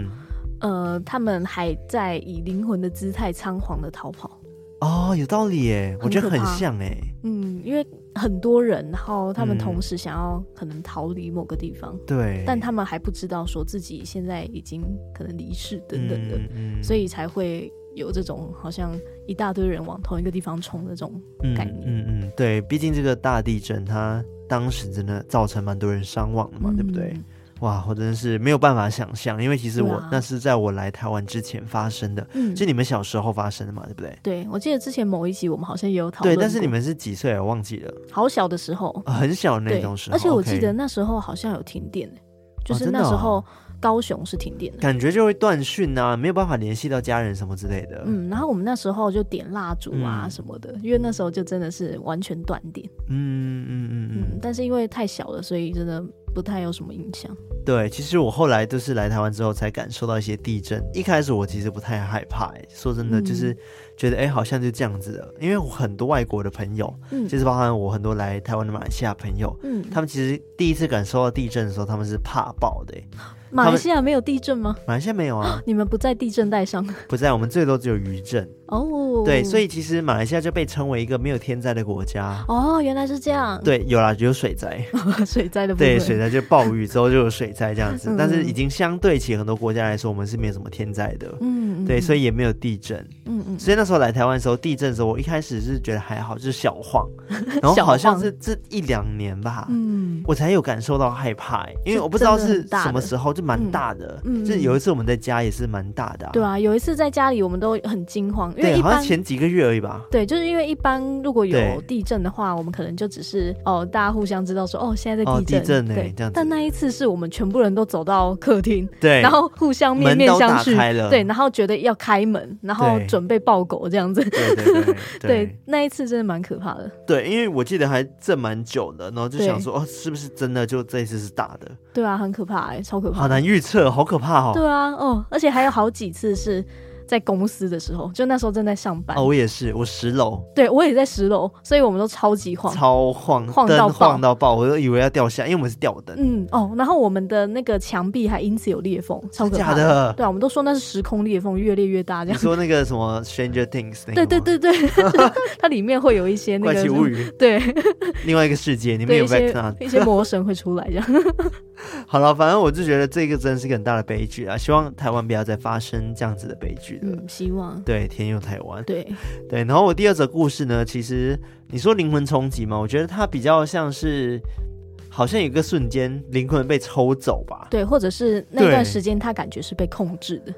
Speaker 1: 嗯
Speaker 2: 呃，他们还在以灵魂的姿态仓皇的逃跑。
Speaker 1: 哦，有道理耶，我觉得
Speaker 2: 很
Speaker 1: 很
Speaker 2: 可怕
Speaker 1: 像哎，
Speaker 2: 嗯，因为很多人，然后他们
Speaker 1: 嗯
Speaker 2: 同时想要可能逃离某个地方，
Speaker 1: 对，
Speaker 2: 但他们还不知道说自己现在已经可能离世等等的，
Speaker 1: 嗯嗯
Speaker 2: 所以才会有这种好像一大堆人往同一个地方冲的这种。概念
Speaker 1: 嗯嗯嗯，对，毕竟这个大地震它当时真的造成蛮多人伤亡的嘛，对不对？
Speaker 2: 嗯？
Speaker 1: 哇，我真的是没有办法想象，因为其实我、
Speaker 2: 对啊
Speaker 1: 那是在我来台湾之前发生的，
Speaker 2: 嗯，
Speaker 1: 是你们小时候发生的嘛，对不对？
Speaker 2: 对，我记得之前某一集我们好像也有讨论
Speaker 1: 对，
Speaker 2: 过，
Speaker 1: 但是你们是几岁啊？我忘记了，
Speaker 2: 好小的时候，
Speaker 1: 呃很小那
Speaker 2: 对
Speaker 1: 种时，候。
Speaker 2: 而且我记
Speaker 1: OK
Speaker 2: 得
Speaker 1: 哦
Speaker 2: 那时候好像有停电、欸，就是
Speaker 1: 真的
Speaker 2: 那时候
Speaker 1: 哦
Speaker 2: 高雄是停电的。
Speaker 1: 感觉就会断讯啊，没有办法联系到家人什么之类的。
Speaker 2: 嗯，然后我们那时候就点蜡烛啊
Speaker 1: 嗯
Speaker 2: 什么的，因为那时候就真的是完全断电。
Speaker 1: 嗯嗯嗯
Speaker 2: 嗯
Speaker 1: 嗯，，
Speaker 2: 但是因为太小了，所以真的不太有什么影响。
Speaker 1: 对。其实我后来就是来台湾之后才感受到一些地震，一开始我其实不太害怕、欸说真的，
Speaker 2: 嗯
Speaker 1: 就是觉得哎、好像就这样子了。因为我很多外国的朋友，
Speaker 2: 嗯
Speaker 1: 就是包含我很多来台湾的马来西亚朋友，
Speaker 2: 嗯，
Speaker 1: 他们其实第一次感受到地震的时候，他们是怕爆的、欸。
Speaker 2: 马来西亚没有地震吗？
Speaker 1: 马来西亚没有 啊，
Speaker 2: 你们不在地震 带上
Speaker 1: 不在，我们最多只有余震。
Speaker 2: 哦？
Speaker 1: 对，所
Speaker 2: 以
Speaker 1: 以其实马来西亚就被称为一个没有天灾的国家。
Speaker 2: 哦，原来是这样。
Speaker 1: 对，有啦，有水灾，
Speaker 2: 水灾的部分。
Speaker 1: 对，水灾就暴雨之后就有水灾这样子
Speaker 2: 嗯，
Speaker 1: 但是已经相对起很多国家来说，我们是没有什么天灾的。
Speaker 2: 嗯，嗯，
Speaker 1: 对，所
Speaker 2: 以
Speaker 1: 以也没有地震。
Speaker 2: 嗯嗯，
Speaker 1: 所以那时候来台湾的时候，地震的时候，我一开始是觉得还好，就是小 晃，然后
Speaker 2: 小
Speaker 1: 好像
Speaker 2: 晃
Speaker 1: 是这一两年吧，
Speaker 2: 嗯
Speaker 1: 我才有感受到害怕、欸，因为
Speaker 2: 是
Speaker 1: 我不知道
Speaker 2: 真的
Speaker 1: 是
Speaker 2: 很大的
Speaker 1: 什么时候，就蛮大的。
Speaker 2: 嗯嗯
Speaker 1: 就是有一次我们在家也是蛮大的、啊，
Speaker 2: 对啊，有一次在家里我们都很惊慌，因为
Speaker 1: 对，
Speaker 2: 一
Speaker 1: 好像
Speaker 2: 般。
Speaker 1: 前几个月而已吧。
Speaker 2: 对，就是因为一般如果有
Speaker 1: 对
Speaker 2: 地震的话，我们可能就只是哦，大家互相知道说哦，现在在
Speaker 1: 哦
Speaker 2: 地震，
Speaker 1: 地震欸
Speaker 2: 对
Speaker 1: 这样子
Speaker 2: 但那一次是我们全部人都走到客厅，
Speaker 1: 对，
Speaker 2: 然后互相面
Speaker 1: 门
Speaker 2: 面
Speaker 1: 都
Speaker 2: 相
Speaker 1: 打
Speaker 2: 觑，
Speaker 1: 开了，
Speaker 2: 对，然后觉得要开门，然后
Speaker 1: 对
Speaker 2: 准备抱狗这样子。
Speaker 1: 对对对
Speaker 2: 对
Speaker 1: 对，
Speaker 2: 那一次真的蛮可怕的。
Speaker 1: 对，因为我记得还震蛮久的，然后就想说哦，是不是真的就这一次是大的？
Speaker 2: 对啊，很可怕哎、超可怕。
Speaker 1: 好难预测，好可怕哦。
Speaker 2: 对啊，哦，而且还有好几次是在公司的时候，就那时候正在上班，
Speaker 1: 哦，我也是，我十楼
Speaker 2: 对我也在十楼，所以我们都超级晃。
Speaker 1: 超晃，
Speaker 2: 晃
Speaker 1: 灯
Speaker 2: 到爆
Speaker 1: 晃到爆，我都以为要掉下，因为我们是吊灯，
Speaker 2: 嗯哦，然后我们的那个墙壁还因此有裂缝，超可
Speaker 1: 假
Speaker 2: 怕
Speaker 1: 的。
Speaker 2: 对啊，我们都说那是时空裂缝，越裂越大这
Speaker 1: 你
Speaker 2: 样。
Speaker 1: 说那个什么 Stranger Things 那个
Speaker 2: 对
Speaker 1: 吗
Speaker 2: 对，对对， 它里面会有一些那
Speaker 1: 怪
Speaker 2: 个
Speaker 1: 奇物语
Speaker 2: 对
Speaker 1: 另外一个世界，你们
Speaker 2: 对
Speaker 1: 有
Speaker 2: 一
Speaker 1: 在
Speaker 2: 些
Speaker 1: 看？啊
Speaker 2: 一些魔神会出来这样。
Speaker 1: 好了，反正我就觉得这个真是一个很大的悲剧啊！希望台湾不要再发生这样子的悲剧了。
Speaker 2: 嗯，希望
Speaker 1: 对，天佑台湾。
Speaker 2: 对
Speaker 1: 对，然后我第二则故事呢，其实你说灵魂冲击嘛，我觉得它比较像是，好像有一个瞬间灵魂被抽走吧。
Speaker 2: 对，或者是那
Speaker 1: 对
Speaker 2: 段时间他感觉是被控制的，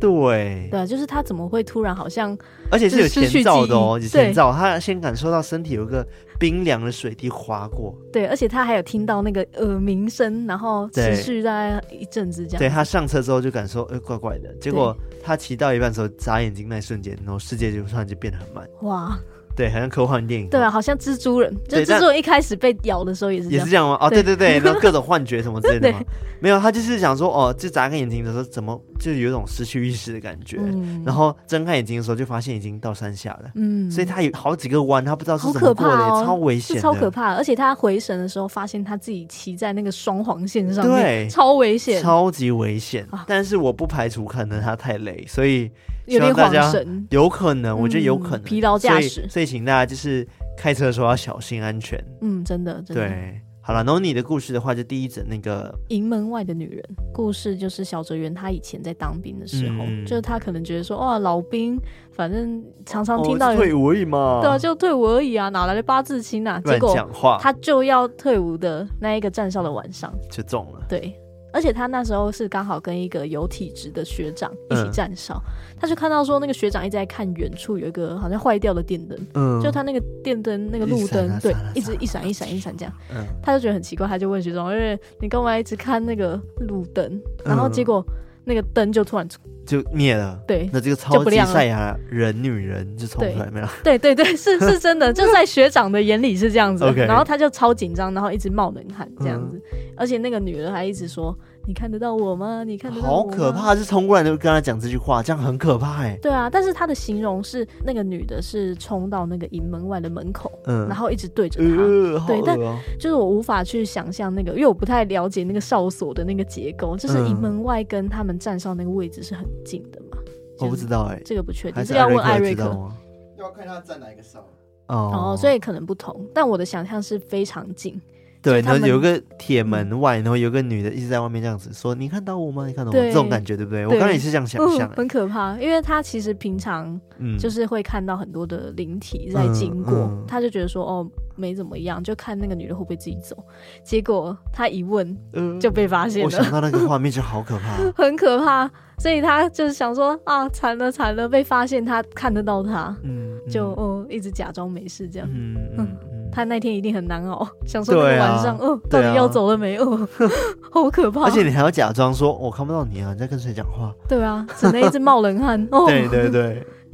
Speaker 1: 对，
Speaker 2: 对啊，就是他怎么会突然好像
Speaker 1: 而且是有
Speaker 2: 就是失去
Speaker 1: 前兆的哦，
Speaker 2: 记忆
Speaker 1: 有前兆，他先感受到身体有一个冰凉的水滴划过，
Speaker 2: 对，而且他还有听到那个耳鸣声，然后
Speaker 1: 对
Speaker 2: 持续在一阵子这
Speaker 1: 对
Speaker 2: 样。
Speaker 1: 他上车之后就感受，呃，怪怪的。结果他骑到一半的时候眨眼睛那一瞬间，然后世界就突然就变得很慢，
Speaker 2: 哇，
Speaker 1: 对，好像科幻电影。
Speaker 2: 对啊，好像蜘蛛人，就
Speaker 1: 对
Speaker 2: 蜘蛛人一开始被咬的时候也是这
Speaker 1: 也
Speaker 2: 样
Speaker 1: 是。这样吗？哦，对
Speaker 2: 对
Speaker 1: 对对，然后各种幻觉什么之类的吗？没有，他就是想说，哦，就眨开眼睛的时候，怎么就有一种失去意识的感觉，
Speaker 2: 嗯
Speaker 1: 然后睁开眼睛的时候就发现已经到山下了，
Speaker 2: 嗯，
Speaker 1: 所以他有好几个弯，他不知道是
Speaker 2: 好
Speaker 1: 怎么
Speaker 2: 可
Speaker 1: 过的，
Speaker 2: 怕哦，
Speaker 1: 超危
Speaker 2: 是
Speaker 1: 险的，
Speaker 2: 超可怕的。而且他回神的时候，发现他自己骑在那个双黄线上面，
Speaker 1: 对
Speaker 2: 超危险，
Speaker 1: 超级危险
Speaker 2: 啊。
Speaker 1: 但是我不排除可能他太累，所以
Speaker 2: 有
Speaker 1: 希
Speaker 2: 点
Speaker 1: 望大
Speaker 2: 晃
Speaker 1: 家
Speaker 2: 神。
Speaker 1: 有可能，我觉得有可能
Speaker 2: 嗯疲劳驾
Speaker 1: 所
Speaker 2: 驶
Speaker 1: 以所以请大家就是开车的时候要小心安全。
Speaker 2: 嗯，真的，真的。
Speaker 1: 对，好了，然后你的故事的话，就第一则那个
Speaker 2: 营门外的女人故事就是小泽圆他以前在当兵的时候，
Speaker 1: 嗯
Speaker 2: 就是他可能觉得说哇老兵，反正常常听
Speaker 1: 哦
Speaker 2: 到
Speaker 1: 是
Speaker 2: 有、
Speaker 1: 退伍而已嘛，
Speaker 2: 对啊就退伍而已啊，哪来的八字亲啊？结
Speaker 1: 乱
Speaker 2: 果
Speaker 1: 讲话
Speaker 2: 他就要退伍的那一个站校的晚上，
Speaker 1: 就中了。
Speaker 2: 对，而且他那时候是刚好跟一个有体质的学长一起
Speaker 1: 嗯
Speaker 2: 站哨，他就看到说那个学长一直在看远处有一个好像坏掉的电灯，
Speaker 1: 嗯，
Speaker 2: 就他那个电灯那个
Speaker 1: 一直
Speaker 2: 路
Speaker 1: 闪啊闪
Speaker 2: 灯，对
Speaker 1: 啊，
Speaker 2: 一直
Speaker 1: 闪啊
Speaker 2: 一闪一闪一闪这样，
Speaker 1: 嗯
Speaker 2: 他就觉得很奇怪，他就问学长，因为你干嘛一直看那个路灯？然后
Speaker 1: 嗯
Speaker 2: 结果那个灯就突然
Speaker 1: 就灭了。
Speaker 2: 对
Speaker 1: 那这个超
Speaker 2: 就不
Speaker 1: 级
Speaker 2: 亮了
Speaker 1: 赛亚人女人就冲出来没有？
Speaker 2: 对对对，是是真的，就在学长的眼里是这样子。
Speaker 1: OK 嗯
Speaker 2: 然后他就超紧张，然后一直冒冷汗这样子，而且那个女人还一直说：“你看得到我吗？你看得到
Speaker 1: 好
Speaker 2: 我吗
Speaker 1: 可怕！就冲过来就跟他讲这句话，这样很可怕哎！”。
Speaker 2: 对啊，但是他的形容是那个女的是冲到那个营门外的门口，
Speaker 1: 嗯，
Speaker 2: 然后一直对着他，
Speaker 1: 呃，好
Speaker 2: 对但
Speaker 1: 恶哦
Speaker 2: 就是我无法去想象那个，因为我不太了解那个哨所的那个结构，就是
Speaker 1: 嗯
Speaker 2: 营门外跟他们站哨那个位置是很近的嘛。
Speaker 1: 我不知道哎，
Speaker 2: 这个不确定，
Speaker 1: 还
Speaker 2: 这个要问艾
Speaker 1: 艾
Speaker 2: 瑞
Speaker 1: 知
Speaker 2: 克
Speaker 1: 道。吗？
Speaker 4: 要看他站哪一个哨。
Speaker 1: 哦
Speaker 2: 哦，所以可能不同，但我的想象是非常近。
Speaker 1: 对，
Speaker 2: 就是他
Speaker 1: 然
Speaker 2: 们
Speaker 1: 后有个铁门外，然后有个女的一直在外面这样子说：“你看到我吗？你看到我？”
Speaker 2: 对
Speaker 1: 这种感觉对不对？我
Speaker 2: 对
Speaker 1: 刚才也是这样想象
Speaker 2: 嗯，
Speaker 1: 哎，
Speaker 2: 很可怕，因为他其实平常
Speaker 1: 嗯，
Speaker 2: 就是会看到很多的灵体在经过，
Speaker 1: 嗯嗯
Speaker 2: 他就觉得说哦没怎么样，就看那个女的会不会自己走。结果他一问
Speaker 1: 呃
Speaker 2: 就被发现
Speaker 1: 我想
Speaker 2: 了，
Speaker 1: 到那个画面就好可怕。 嗯
Speaker 2: 很可怕，所以他就是想说啊惨了惨了，被发现他看得到他，
Speaker 1: 嗯，嗯
Speaker 2: 就哦一直假装没事这样。
Speaker 1: 嗯嗯嗯，
Speaker 2: 他那天一定很难熬，想说那
Speaker 1: 对
Speaker 2: 个
Speaker 1: 啊
Speaker 2: 晚上，哦，
Speaker 1: 对
Speaker 2: 到
Speaker 1: 啊
Speaker 2: 底要走了没？哦， 好可怕！
Speaker 1: 而且你还要假装说：“我看不到你啊，你在跟谁讲 话
Speaker 2: 对啊，只能一直冒冷汗。？”哦，
Speaker 1: 对对对。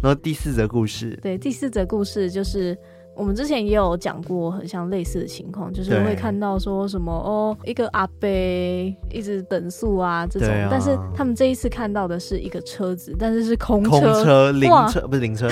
Speaker 1: 然后第四则故事，
Speaker 2: 对第四则故事就是我们之前也有讲过，很像类似的情况，就是
Speaker 1: 对
Speaker 2: 会看到说什么哦，一个阿伯一直等速啊这种，
Speaker 1: 对啊
Speaker 2: 但是他们这一次看到的是一个车子，但是是空车。
Speaker 1: 空车、灵
Speaker 2: 哇
Speaker 1: 车不是 灵车，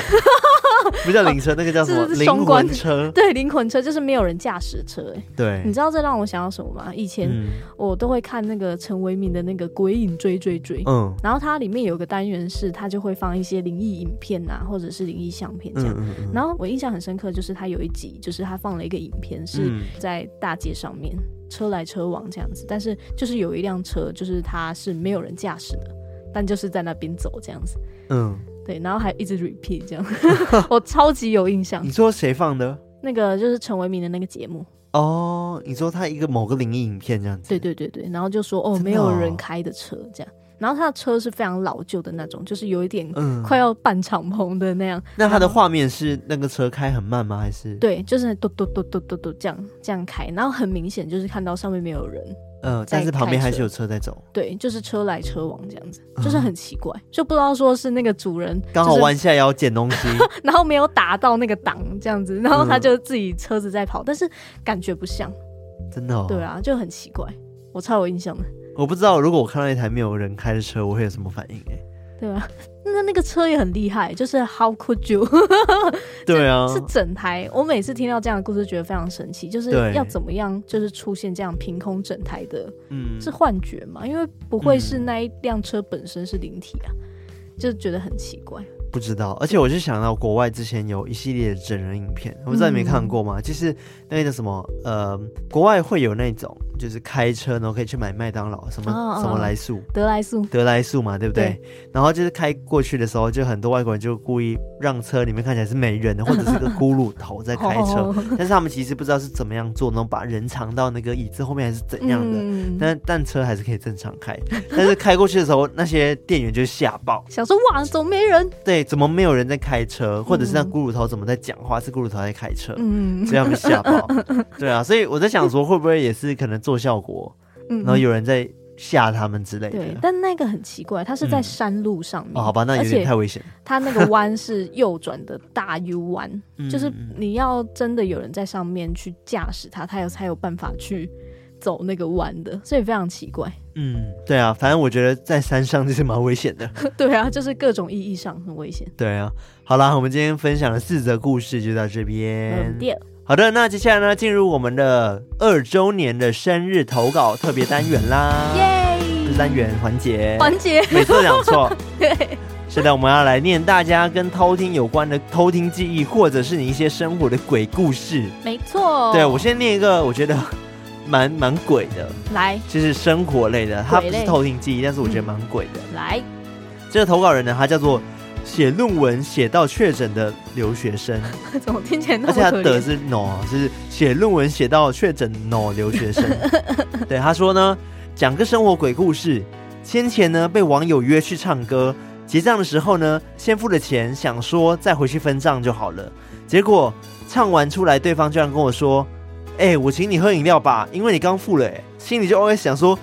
Speaker 1: 不叫灵车，那个叫什么
Speaker 2: 这是
Speaker 1: 灵
Speaker 2: 双关
Speaker 1: 魂车？
Speaker 2: 对，灵魂车就是没有人驾驶的车、哎，你
Speaker 1: 对，
Speaker 2: 知道这让我想到什么吗？以前
Speaker 1: 嗯
Speaker 2: 我都会看那个陈为民的那个《鬼影追追追》，
Speaker 1: 嗯
Speaker 2: 然后它里面有个单元是，它就会放一些灵异影片啊，或者是灵异相片这样。
Speaker 1: 嗯嗯，
Speaker 2: 然后我印象很深刻，就是它有一集，就是它放了一个影片，是
Speaker 1: 嗯
Speaker 2: 在大街上面车来车往这样子，但是就是有一辆车，就是它是没有人驾驶的，但就是在那边走这样子。
Speaker 1: 嗯，
Speaker 2: 对，然后还一直 repeat 这样， 我超级有印象
Speaker 1: 你。说谁放的？
Speaker 2: 那个就是陈为民的那个节目，
Speaker 1: 哦，你说他一个某个灵异影片这样子？
Speaker 2: 对对对对，然后就说哦，
Speaker 1: 真的
Speaker 2: 没有
Speaker 1: 哦
Speaker 2: 人开的车这样，然后他的车是非常老旧的那种，就是有一点
Speaker 1: 嗯，
Speaker 2: 快要半敞篷的那样。
Speaker 1: 那它的画面是那个车开很慢吗？还是，
Speaker 2: 对，就是嘟嘟嘟嘟嘟嘟这样这样开，然后很明显就是看到上面没有人，
Speaker 1: 嗯，但是
Speaker 2: 在
Speaker 1: 旁边
Speaker 2: 开
Speaker 1: 还
Speaker 2: 车
Speaker 1: 是有车在走，
Speaker 2: 对，就是车来车往这样子，就是很奇怪，就不知道说是那个主人
Speaker 1: 刚好
Speaker 2: 就是
Speaker 1: 弯下腰捡 东西。
Speaker 2: 然后没有打到那个档这样子，然后他就自己车子在跑，但是感觉不像，
Speaker 1: 真嗯的哦，
Speaker 2: 对，啊，就很奇怪，我超有印象的。
Speaker 1: 我不知道如果我看到一台没有人开的车，我会有什么反应哎。
Speaker 2: 对吧？ 那那个车也很厉害，就是 How could you？
Speaker 1: 对啊，
Speaker 2: 是整台。我每次听到这样的故事，觉得非常神奇，就是
Speaker 1: 对
Speaker 2: 要怎么样，就是出现这样凭空整台的，
Speaker 1: 嗯，
Speaker 2: 是幻觉嘛？因为不会是那一辆车本身是灵体啊，就觉得很奇怪。
Speaker 1: 不知道，而且我就想到国外之前有一系列的整人影片，我不知道你没
Speaker 2: 嗯
Speaker 1: 看过吗？就是那个叫什么，呃，国外会有那种就是开车然后可以去买麦当劳，什么
Speaker 2: 哦哦
Speaker 1: 什么来速。
Speaker 2: 德莱素，
Speaker 1: 德来速嘛，对不对？然后就是开过去的时候，就很多外国人就故意让车里面看起来是没人的，或者是个咕噜头在开车，
Speaker 2: 哦
Speaker 1: 但是他们其实不知道是怎么样做，然后把人藏到 那个椅子后面还是怎样的。
Speaker 2: 嗯
Speaker 1: 但但车还是可以正常开，但是开过去的时候，那些店员就吓爆，
Speaker 2: 想说哇，怎么没人？
Speaker 1: 对，怎么没有人在开车，或者是那骷髅头怎么在讲话，是骷髅头在开车，
Speaker 2: 嗯
Speaker 1: 所以他们吓 爆。对啊，所以我在想说，会不会也是可能做效果，
Speaker 2: 嗯
Speaker 1: 然后有人在吓他们之类
Speaker 2: 对，
Speaker 1: 的。
Speaker 2: 但那个很奇怪，它是在
Speaker 1: 嗯
Speaker 2: 山路上面。
Speaker 1: 哦，好吧，那有
Speaker 2: 而
Speaker 1: 点
Speaker 2: 且
Speaker 1: 太危险。
Speaker 2: 它那个弯是右转的大 U 弯，就是
Speaker 1: 嗯
Speaker 2: 你要真的有人在上面去驾驶它，它有才有办法去走那个弯的，所以非常奇怪。
Speaker 1: 嗯，对啊，反正我觉得在山上就是蛮危险的。
Speaker 2: 对啊，就是各种意义上很危险。
Speaker 1: 对啊，好啦，我们今天分享的四则故事就到这边
Speaker 2: 嗯，。第二，
Speaker 1: 好的，那接下来呢，进入我们的二周年的生日投稿特别单元啦，这
Speaker 2: 耶，
Speaker 1: 单元环节，
Speaker 2: 环节，
Speaker 1: 每次都讲错。
Speaker 2: 对，
Speaker 1: 现在我们要来念大家跟偷听有关的偷听记忆，或者是你一些生活的鬼故事。
Speaker 2: 没错。
Speaker 1: 对我先念一个，我觉得蛮蛮鬼的，
Speaker 2: 来
Speaker 1: 就是生活类的，它不
Speaker 2: 鬼
Speaker 1: 是
Speaker 2: 类嗯
Speaker 1: 偷听记忆，但是我觉得蛮鬼的。
Speaker 2: 来，
Speaker 1: 这个投稿人呢，他叫做写论文写到确诊的留学生，
Speaker 2: 怎么听起来那
Speaker 1: 而
Speaker 2: 么
Speaker 1: 且他
Speaker 2: 可
Speaker 1: 得
Speaker 2: 怜？
Speaker 1: 是 no，是写论文写到确诊 no 留学 生。对，他说呢，讲个生活鬼故事。先前呢被网友约去唱歌，结账的时候呢，先付了钱，想说再回去分账就好了。结果唱完出来，对方居然跟我说：“哎、我请你喝饮料吧，因为你刚付了、欸。”心里就 OS 想说。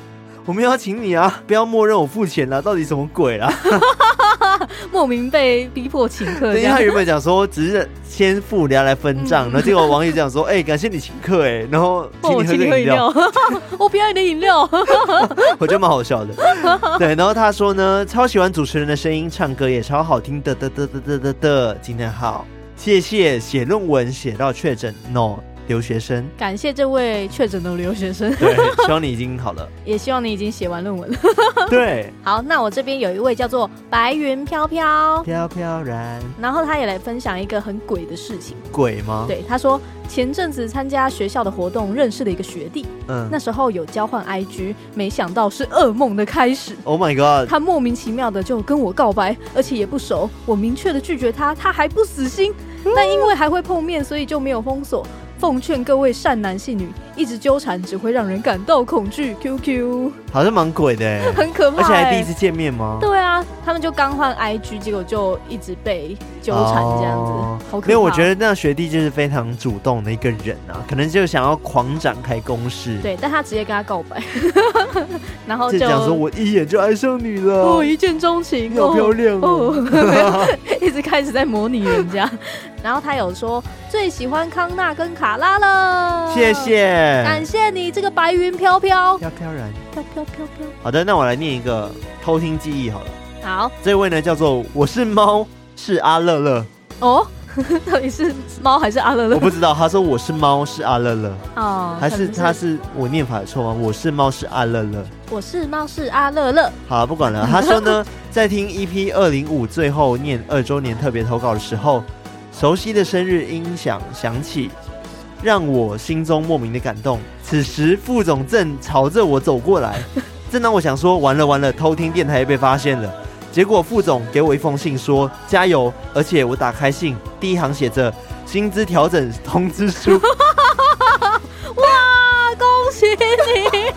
Speaker 1: 我没有要请你啊！不要默认我付钱了，到底什么鬼啊啦？
Speaker 2: 莫名被逼迫请客
Speaker 1: 对，嗯
Speaker 2: 这
Speaker 1: 因为
Speaker 2: 样
Speaker 1: 他。原本讲说只是先付，人家来分账，然后结果网友讲说，哎、感谢你请客，哎，然后
Speaker 2: 哦
Speaker 1: 请
Speaker 2: 我
Speaker 1: 你喝
Speaker 2: 请你
Speaker 1: 个
Speaker 2: 喝
Speaker 1: 饮
Speaker 2: 饮
Speaker 1: 料，
Speaker 2: 料， 我不要你的饮 料。
Speaker 1: 我觉得蛮好笑 的。对，然后他说呢，超喜欢主持人的声音，唱歌也超好听的，的的的的的的，今天好，谢谢写论文写到确诊，no 留学 生。
Speaker 2: 感谢这位确诊的留学生，
Speaker 1: 对，希望你已经好 了。
Speaker 2: 也希望你已经写完论文了。
Speaker 1: 对，
Speaker 2: 好，那我这边有一位叫做白云飘飘，
Speaker 1: 飘飘然
Speaker 2: 然后他也来分享一个很鬼的事情。
Speaker 1: 鬼吗？，
Speaker 2: 对，他说前阵子参加学校的活动，认识了一个学弟，
Speaker 1: 嗯
Speaker 2: 那时候有交换 IG，没想到是噩梦的开始。
Speaker 1: ，Oh my God，
Speaker 2: 他莫名其妙的就跟我告白，而且也不熟。我明确的拒绝他，他还不死心。
Speaker 1: 嗯
Speaker 2: 但因为还会碰面，所以就没有封锁。奉劝各位善男信女，一直纠缠只会让人感到恐惧。QQ
Speaker 1: 好像蛮鬼的欸，
Speaker 2: 很可怕、
Speaker 1: 而
Speaker 2: 欸，
Speaker 1: 且还第一次见面吗？
Speaker 2: 对啊，他们就刚换 IG，结果就一直被纠缠这样子，
Speaker 1: 哦
Speaker 2: 好可怕。
Speaker 1: 因为我觉得那学弟就是非常主动的一个人啊，可能就想要狂展开攻势，，
Speaker 2: 对，但他直接跟他告白， 然后
Speaker 1: 就
Speaker 2: 就
Speaker 1: 讲说我一眼就爱上你了
Speaker 2: 哦，一见钟情，
Speaker 1: 你好漂亮
Speaker 2: 哦
Speaker 1: 哦，
Speaker 2: 哦一直开始在模拟人家。 然后他有说最喜欢康纳跟卡拉了，
Speaker 1: 谢，谢，
Speaker 2: 感谢你这个白云飘飘
Speaker 1: 飘飘然。
Speaker 2: 飘飘飘飘。
Speaker 1: 好的，那我来念一个偷听记忆好了，
Speaker 2: 好
Speaker 1: 这位呢叫做我是猫。是阿乐 乐，
Speaker 2: 哦，到底是猫还是阿乐
Speaker 1: 我
Speaker 2: 乐？
Speaker 1: 不知道。他说我是猫，是阿乐乐，
Speaker 2: 哦，
Speaker 1: 还
Speaker 2: 可
Speaker 1: 是
Speaker 2: 能
Speaker 1: 他是我念法有错吗？我是猫，是阿乐乐。
Speaker 2: 我是猫是阿乐乐，
Speaker 1: 好，不管了。他说呢，在听 EP 二零五最后念二周年特别投稿的时候，熟悉的生日音响响起，让我心中莫名的感动。此时副总正朝着我走过来，正当我想说完了完了，偷听电台被发现了，结果副总给我一封信说加油，而且我打开信第一行写着薪资调整通知书。
Speaker 2: 哇，恭喜你！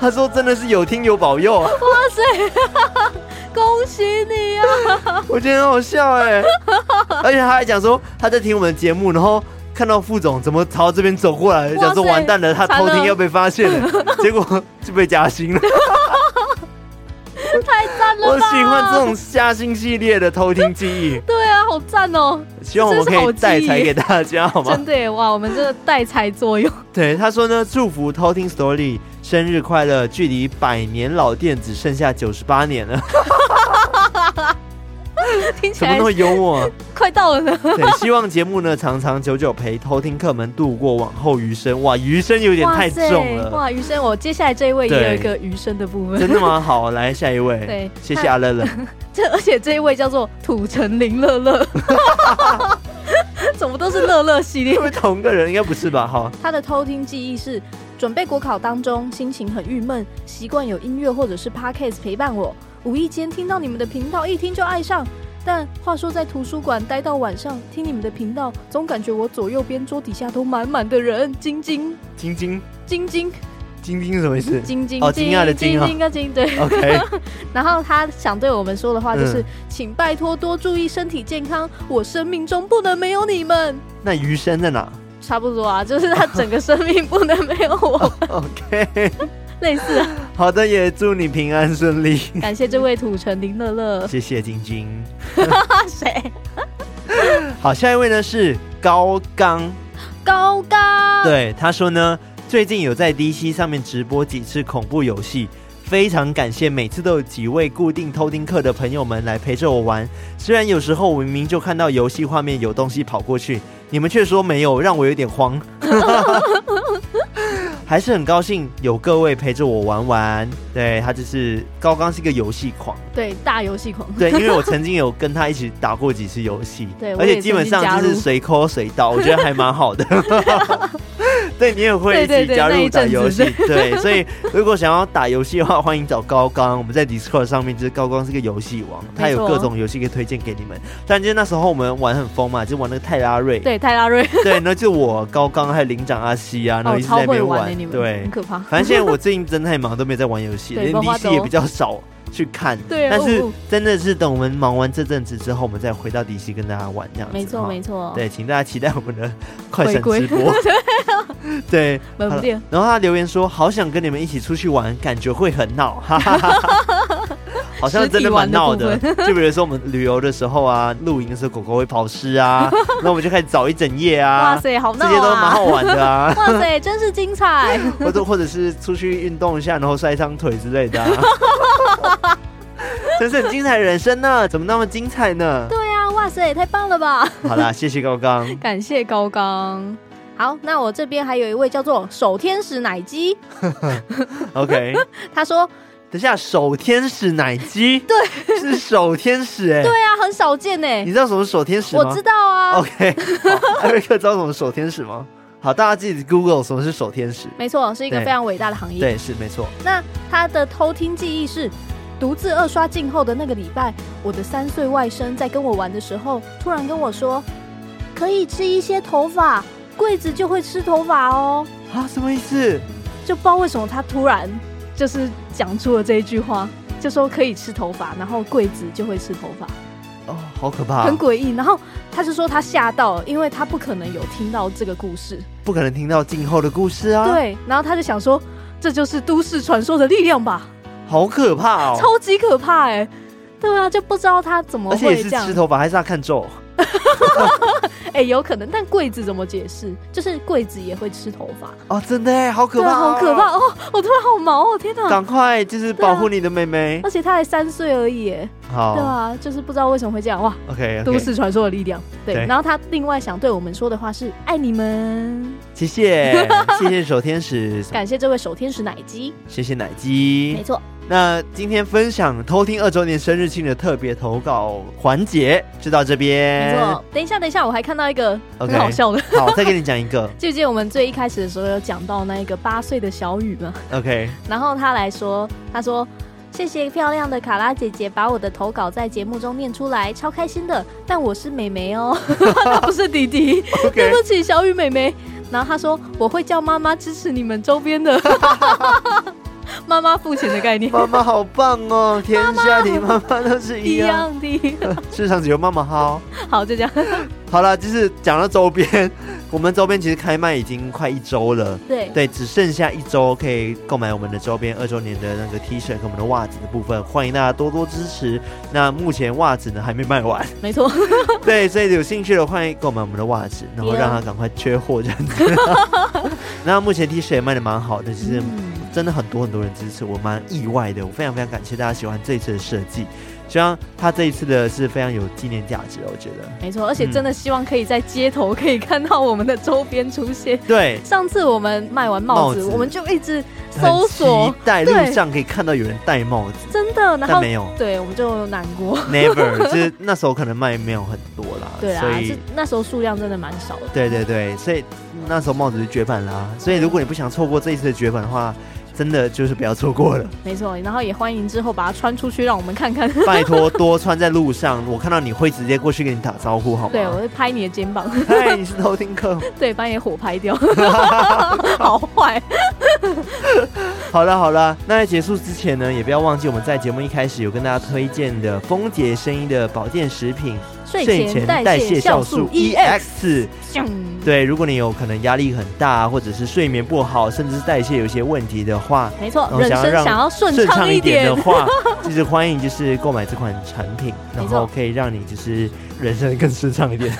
Speaker 1: 他说真的是有听有保佑啊。
Speaker 2: 哇塞， 恭喜你啊！
Speaker 1: 我觉得很好笑哎、 而且他还讲说他在听我们的节目，然后看到副总怎么朝这边走过来，
Speaker 2: 哇塞
Speaker 1: 讲说完蛋了，他偷
Speaker 2: 惨
Speaker 1: 听
Speaker 2: 了
Speaker 1: 要被发现了， 结果就被加薪了。
Speaker 2: 太赞了
Speaker 1: 我
Speaker 2: 吧！
Speaker 1: 喜欢这种加薪系列的偷听记忆
Speaker 2: 。对啊，好好赞哦！
Speaker 1: 希望我们可以带财给大家，好吗
Speaker 2: 真？的耶哇，我们这个带财作用，
Speaker 1: 对，他说呢，祝福偷听 Story 生日快乐，距离百年老店只剩下九十八 年了，
Speaker 2: 听起
Speaker 1: 怎么
Speaker 2: 来
Speaker 1: 那么幽默 啊、
Speaker 2: 快到了呢。
Speaker 1: 对，希望节目呢长长久久陪偷听客们度过往后余生。哇，余生有点太重了，
Speaker 2: 哇，余生，我接下来这一位也有
Speaker 1: 对
Speaker 2: 一个余生的部 分，
Speaker 1: 真的吗？好，来下一位，
Speaker 2: 对，
Speaker 1: 谢谢阿乐 乐。
Speaker 2: 这 而且这一位叫做土城林乐乐， 怎么都是乐乐系列
Speaker 1: 因。为同个人应该不是吧？好，
Speaker 2: 他的偷听记忆是：准备国考当中，心情很郁闷，习惯有音乐或者是 podcast 陪伴我。无意间听到你们的频道，一听就爱上。但话说，在图书馆待到晚上，听你们的频道，总感觉我左右边桌底下都满满的人，晶晶
Speaker 1: 晶晶，
Speaker 2: 晶晶
Speaker 1: 晶晶是什么意思
Speaker 2: 晶晶
Speaker 1: 哦惊讶的惊啊
Speaker 2: 晶晶啊 晶对。
Speaker 1: ？OK，
Speaker 2: 然后他想对我们说的话就是：
Speaker 1: 嗯
Speaker 2: 请拜托多注意身体健康，我生命中不能没有你们。
Speaker 1: 那余生在哪
Speaker 2: 差不多啊，就是他整个生命不能没有我，
Speaker 1: ？OK，
Speaker 2: 类 似啊
Speaker 1: 好的，也祝你平安顺 利，
Speaker 2: 感谢这位土城林 乐乐，
Speaker 1: 谢谢晶晶。啊
Speaker 2: 他谁？
Speaker 1: 好，下一位呢是高刚，
Speaker 2: 高刚，
Speaker 1: 对他说呢，最近有在 DC 上面直播几次恐怖游戏。非常感谢每次都有几位固定偷听课的朋友们来陪着我玩，虽然有时候我明明就看到游戏画面有东西跑过去，你们却说没有，让我有点慌。还是很高兴有各位陪着我玩玩。对他就是高刚是一个游戏狂，
Speaker 2: 对大游戏狂，
Speaker 1: 对，因为我曾经有跟他一起打过几次游戏，
Speaker 2: 对我
Speaker 1: 而
Speaker 2: 也
Speaker 1: 且基本上
Speaker 2: 曾
Speaker 1: 就
Speaker 2: 经加
Speaker 1: 是
Speaker 2: 入
Speaker 1: 随抠随到，我觉得还蛮 好的。对你也会一
Speaker 2: 对对
Speaker 1: 起
Speaker 2: 对
Speaker 1: 加
Speaker 2: 那
Speaker 1: 入
Speaker 2: 一
Speaker 1: 打
Speaker 2: 阵子
Speaker 1: 游戏，对，所以如果想要打游戏的话，欢迎找高刚。我们在 Discord 上面，就是高刚是个游戏王，他有
Speaker 2: 没错
Speaker 1: 各种游戏可以推荐给你们。但就是那时候我们玩很疯嘛，就玩那个泰拉瑞，
Speaker 2: 对泰 拉瑞，
Speaker 1: 对，那就我高刚还有领长阿西啊，然后
Speaker 2: 哦，
Speaker 1: 一直在
Speaker 2: 超
Speaker 1: 那
Speaker 2: 会
Speaker 1: 边
Speaker 2: 玩
Speaker 1: 玩，
Speaker 2: 的、你们，
Speaker 1: 对
Speaker 2: 很，可怕。
Speaker 1: 反正现在我最近真的太忙，都没在玩游戏，
Speaker 2: 对
Speaker 1: 连
Speaker 2: 包括
Speaker 1: 离戏也
Speaker 2: 都
Speaker 1: 比较少去看。
Speaker 2: 对
Speaker 1: 但是
Speaker 2: 哦哦
Speaker 1: 真的是等我们忙完这阵子之后，我们再回到离戏跟大家玩这样子。
Speaker 2: 没错
Speaker 1: 哈
Speaker 2: 没。错，
Speaker 1: 对，请大家期待我们的快闪
Speaker 2: 回
Speaker 1: 直
Speaker 2: 归
Speaker 1: 播。对，
Speaker 2: 门
Speaker 1: 好
Speaker 2: 不
Speaker 1: 了
Speaker 2: 店
Speaker 1: 然后他留言说：“好想跟你们一起出去玩，感觉会很闹。”哈哈哈 哈好像真的蛮闹的
Speaker 2: 实体。
Speaker 1: 就比如说我们旅游的时候啊，露营的时候狗狗会跑失 啊，那我们就开始找一整夜
Speaker 2: 哇
Speaker 1: 啊，
Speaker 2: 塞，好
Speaker 1: 这
Speaker 2: 闹
Speaker 1: 些都蛮
Speaker 2: 啊！
Speaker 1: 好 玩的啊。
Speaker 2: 哇塞，真是精彩！
Speaker 1: 或者或者是出去运动一下，然后摔伤腿之类的、啊。 真是很精彩的人生呢，怎么那么精彩呢？
Speaker 2: 对啊，哇塞，太棒了吧！
Speaker 1: 好啦，谢谢高刚。
Speaker 2: 感谢高刚。好，那我这边还有一位叫做守天使奶鸡，
Speaker 1: OK，
Speaker 2: 他说：“
Speaker 1: 等一下，守天使奶鸡，对，是守天使哎、
Speaker 2: 对啊，很少见呢、
Speaker 1: 你知道什么是守天使吗？哦
Speaker 2: 我知道啊，
Speaker 1: OK，好艾瑞克知道什么是守天使吗？好，大家自己 Google 什么是守天使。
Speaker 2: 没错，是一个
Speaker 1: 对
Speaker 2: 非常伟大的行业。
Speaker 1: 对，是没错。
Speaker 2: 那他的偷听记忆是，独自二刷镜后的那个礼拜，我的三岁外甥在跟我玩的时候，突然跟我说，可以吃一些头发，柜子就会吃头发哦。
Speaker 1: 啊，什么意思？
Speaker 2: 就不知道为什么他突然就是讲出了这一句话，就说可以吃头发，然后柜子就会吃头发，
Speaker 1: 哦，好可怕、
Speaker 2: 很诡异。然后他就说他吓到了，因为他不可能有听到这个故事。
Speaker 1: 不可能听到静后的故事啊！，
Speaker 2: 对，然后他就想说，这就是都市传说的力量吧。
Speaker 1: 好可怕哦。
Speaker 2: 超级可怕哎、对啊，就不知道他怎么
Speaker 1: 而且
Speaker 2: 会
Speaker 1: 也是
Speaker 2: 这样
Speaker 1: 吃，头发，还是要看咒？
Speaker 2: 哎、有可能。但柜子怎么解释？就是柜子也会吃头发，
Speaker 1: 哦，真的哎，好可
Speaker 2: 对
Speaker 1: 怕、
Speaker 2: 啊，好可！怕哦！我突然好毛哦，天哪！
Speaker 1: 赶快就是保护你的妹妹。
Speaker 2: 而且他才三岁而已耶，对
Speaker 1: 好
Speaker 2: 啊，就是不知道为什么会这样哇！
Speaker 1: 哦，OK，
Speaker 2: 都市传说的力量，对。
Speaker 1: 对
Speaker 2: 然后他另外想对我们说的话是：爱你们，
Speaker 1: 谢 谢谢谢守天使，
Speaker 2: 感谢这位守天使奶鸡，
Speaker 1: 谢谢奶
Speaker 2: 没
Speaker 1: 鸡。
Speaker 2: 错，
Speaker 1: 那今天分享偷听二周年生日庆的特别投稿环节就到这
Speaker 2: 没
Speaker 1: 边。
Speaker 2: 错。等一下，等一下，我还看到一个很
Speaker 1: OK
Speaker 2: 好笑的，
Speaker 1: 好，再给你讲一 个
Speaker 2: 记不记得我们最一开始的时候有讲到那个八岁的小雨吗？
Speaker 1: ，OK，
Speaker 2: 然后他来说，他说。谢谢漂亮的卡拉姐姐把我的投稿在节目中念出来，超开心的。但我是美眉 哦，她不是弟弟，对
Speaker 1: OK，
Speaker 2: 不起，小雨美眉。然后他说我会叫妈妈支持你们周边 的，妈妈付钱的概念
Speaker 1: 妈妈好棒哦，天下你妈妈都是 一
Speaker 2: 一
Speaker 1: 样，
Speaker 2: 样的。
Speaker 1: 世上只有妈妈好。
Speaker 2: 好，就这样，
Speaker 1: 好了，就是讲到周边，我们周边其实开卖已经快一周了。
Speaker 2: 对
Speaker 1: 对，只剩下一周可以购买我们的周边二周年的那个 T 恤跟我们的袜子的部分，欢迎大家多多支持。那目前袜子呢还没卖 完，
Speaker 2: 没错，
Speaker 1: 对，所以有兴趣的欢迎购买我们的袜子，然后让它赶快缺货这样子。那目前 T 恤也卖的蛮好的，其实
Speaker 2: 嗯
Speaker 1: 真的很多很多人支持，我蛮意外的，我非常非常感谢大家喜欢这一次的设计，希望它这一次的是非常有纪念价值的，我觉得。
Speaker 2: 没错，而且
Speaker 1: 嗯
Speaker 2: 真的希望可以在街头可以看到我们的周边出现。
Speaker 1: 对，
Speaker 2: 上次我们卖完帽子，
Speaker 1: 帽子
Speaker 2: 我们就一直搜
Speaker 1: 很
Speaker 2: 索
Speaker 1: 期，待
Speaker 2: 对
Speaker 1: 路上可以看到有人戴帽子，
Speaker 2: 真的，然
Speaker 1: 但
Speaker 2: 后
Speaker 1: 没有
Speaker 2: 对，我们就难 过。
Speaker 1: ，never，就是那时候可能卖没有很多啦，
Speaker 2: 对
Speaker 1: 所
Speaker 2: 啊，
Speaker 1: 以
Speaker 2: 这那时候数量真的蛮少的。
Speaker 1: 对对对，所以那时候帽子是绝版 啦，所以如果你不想错过这一次的绝版的话，真的就是不要错过 了，
Speaker 2: 没错，然后也欢迎之后把它穿出去，让我们看看。
Speaker 1: 拜托多穿在路上，我看到你会直接过去跟你打招呼好吗？
Speaker 2: 对，我会拍你的肩 膀，
Speaker 1: 嗨，你是偷听客吗。
Speaker 2: 对，把你的火拍 掉，好坏。
Speaker 1: 好了好了，那在结束之前呢，也不要忘记我们在节目一开始有跟大家推荐的丰洁声音的保健食品
Speaker 2: 睡前代谢酵素 E 嗯 EX，
Speaker 1: EX。对，如果你有可能压力很大，或者是睡眠不好，甚至是代谢有一些问题的话，
Speaker 2: 没错
Speaker 1: 然，后
Speaker 2: 人
Speaker 1: 想要
Speaker 2: 生
Speaker 1: 让
Speaker 2: 想要顺
Speaker 1: 顺
Speaker 2: 畅
Speaker 1: 畅一
Speaker 2: 一
Speaker 1: 点
Speaker 2: 点
Speaker 1: 的，话， 就是欢迎就是购买这款产品，然
Speaker 2: 没错
Speaker 1: 后可以让你就是人生更顺畅一 点。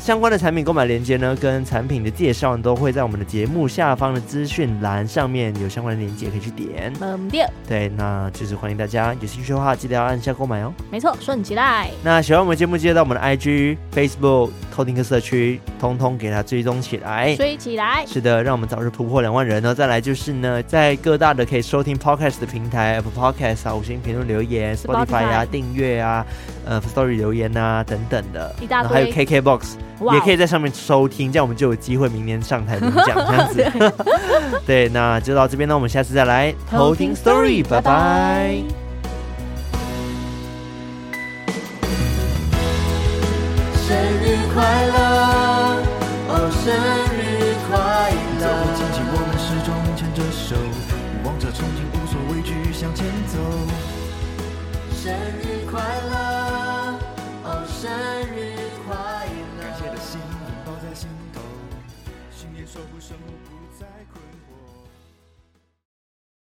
Speaker 1: 相关的产品购买链接呢，跟产品的介绍都会在我们的节目下方的资讯栏上面有相关的链接可以去点。
Speaker 2: 嗯，第二，
Speaker 1: 对，那就是欢迎大家有兴趣的话，记得要按下购买哦。
Speaker 2: 没错，顺期待。
Speaker 1: 那喜欢我们节目，记得到我们的 IG、Facebook、偷听客社区，通通给它追踪起来。
Speaker 2: 追起来，
Speaker 1: 是的，让我们早日突破两万人哦。再来就是呢，在各大的可以收听 podcast 的平台，Apple Podcast 啊，五星评论留言
Speaker 2: Spotify
Speaker 1: ，Spotify 啊，订阅啊，呃，Story 留言啊，等等的，
Speaker 2: 一大
Speaker 1: 然
Speaker 2: 堆
Speaker 1: 后还有 KKBox
Speaker 2: 哇
Speaker 1: 也
Speaker 2: 哦，
Speaker 1: 可以在上面收听，这样我们就有机会明年上台领奖这样 子。对，那就到这边呢，我们下次再来
Speaker 2: 偷听 Story，
Speaker 1: 拜
Speaker 2: 拜
Speaker 1: 拜
Speaker 2: 拜。
Speaker 1: 生日快乐，哦，生日快
Speaker 5: 走，牵起我们始终牵着手，望着憧憬，无所畏惧向前走。
Speaker 1: 生日快乐，哦，生日快乐。
Speaker 5: 感谢的心拥抱在心头，新年说不声我不再哭。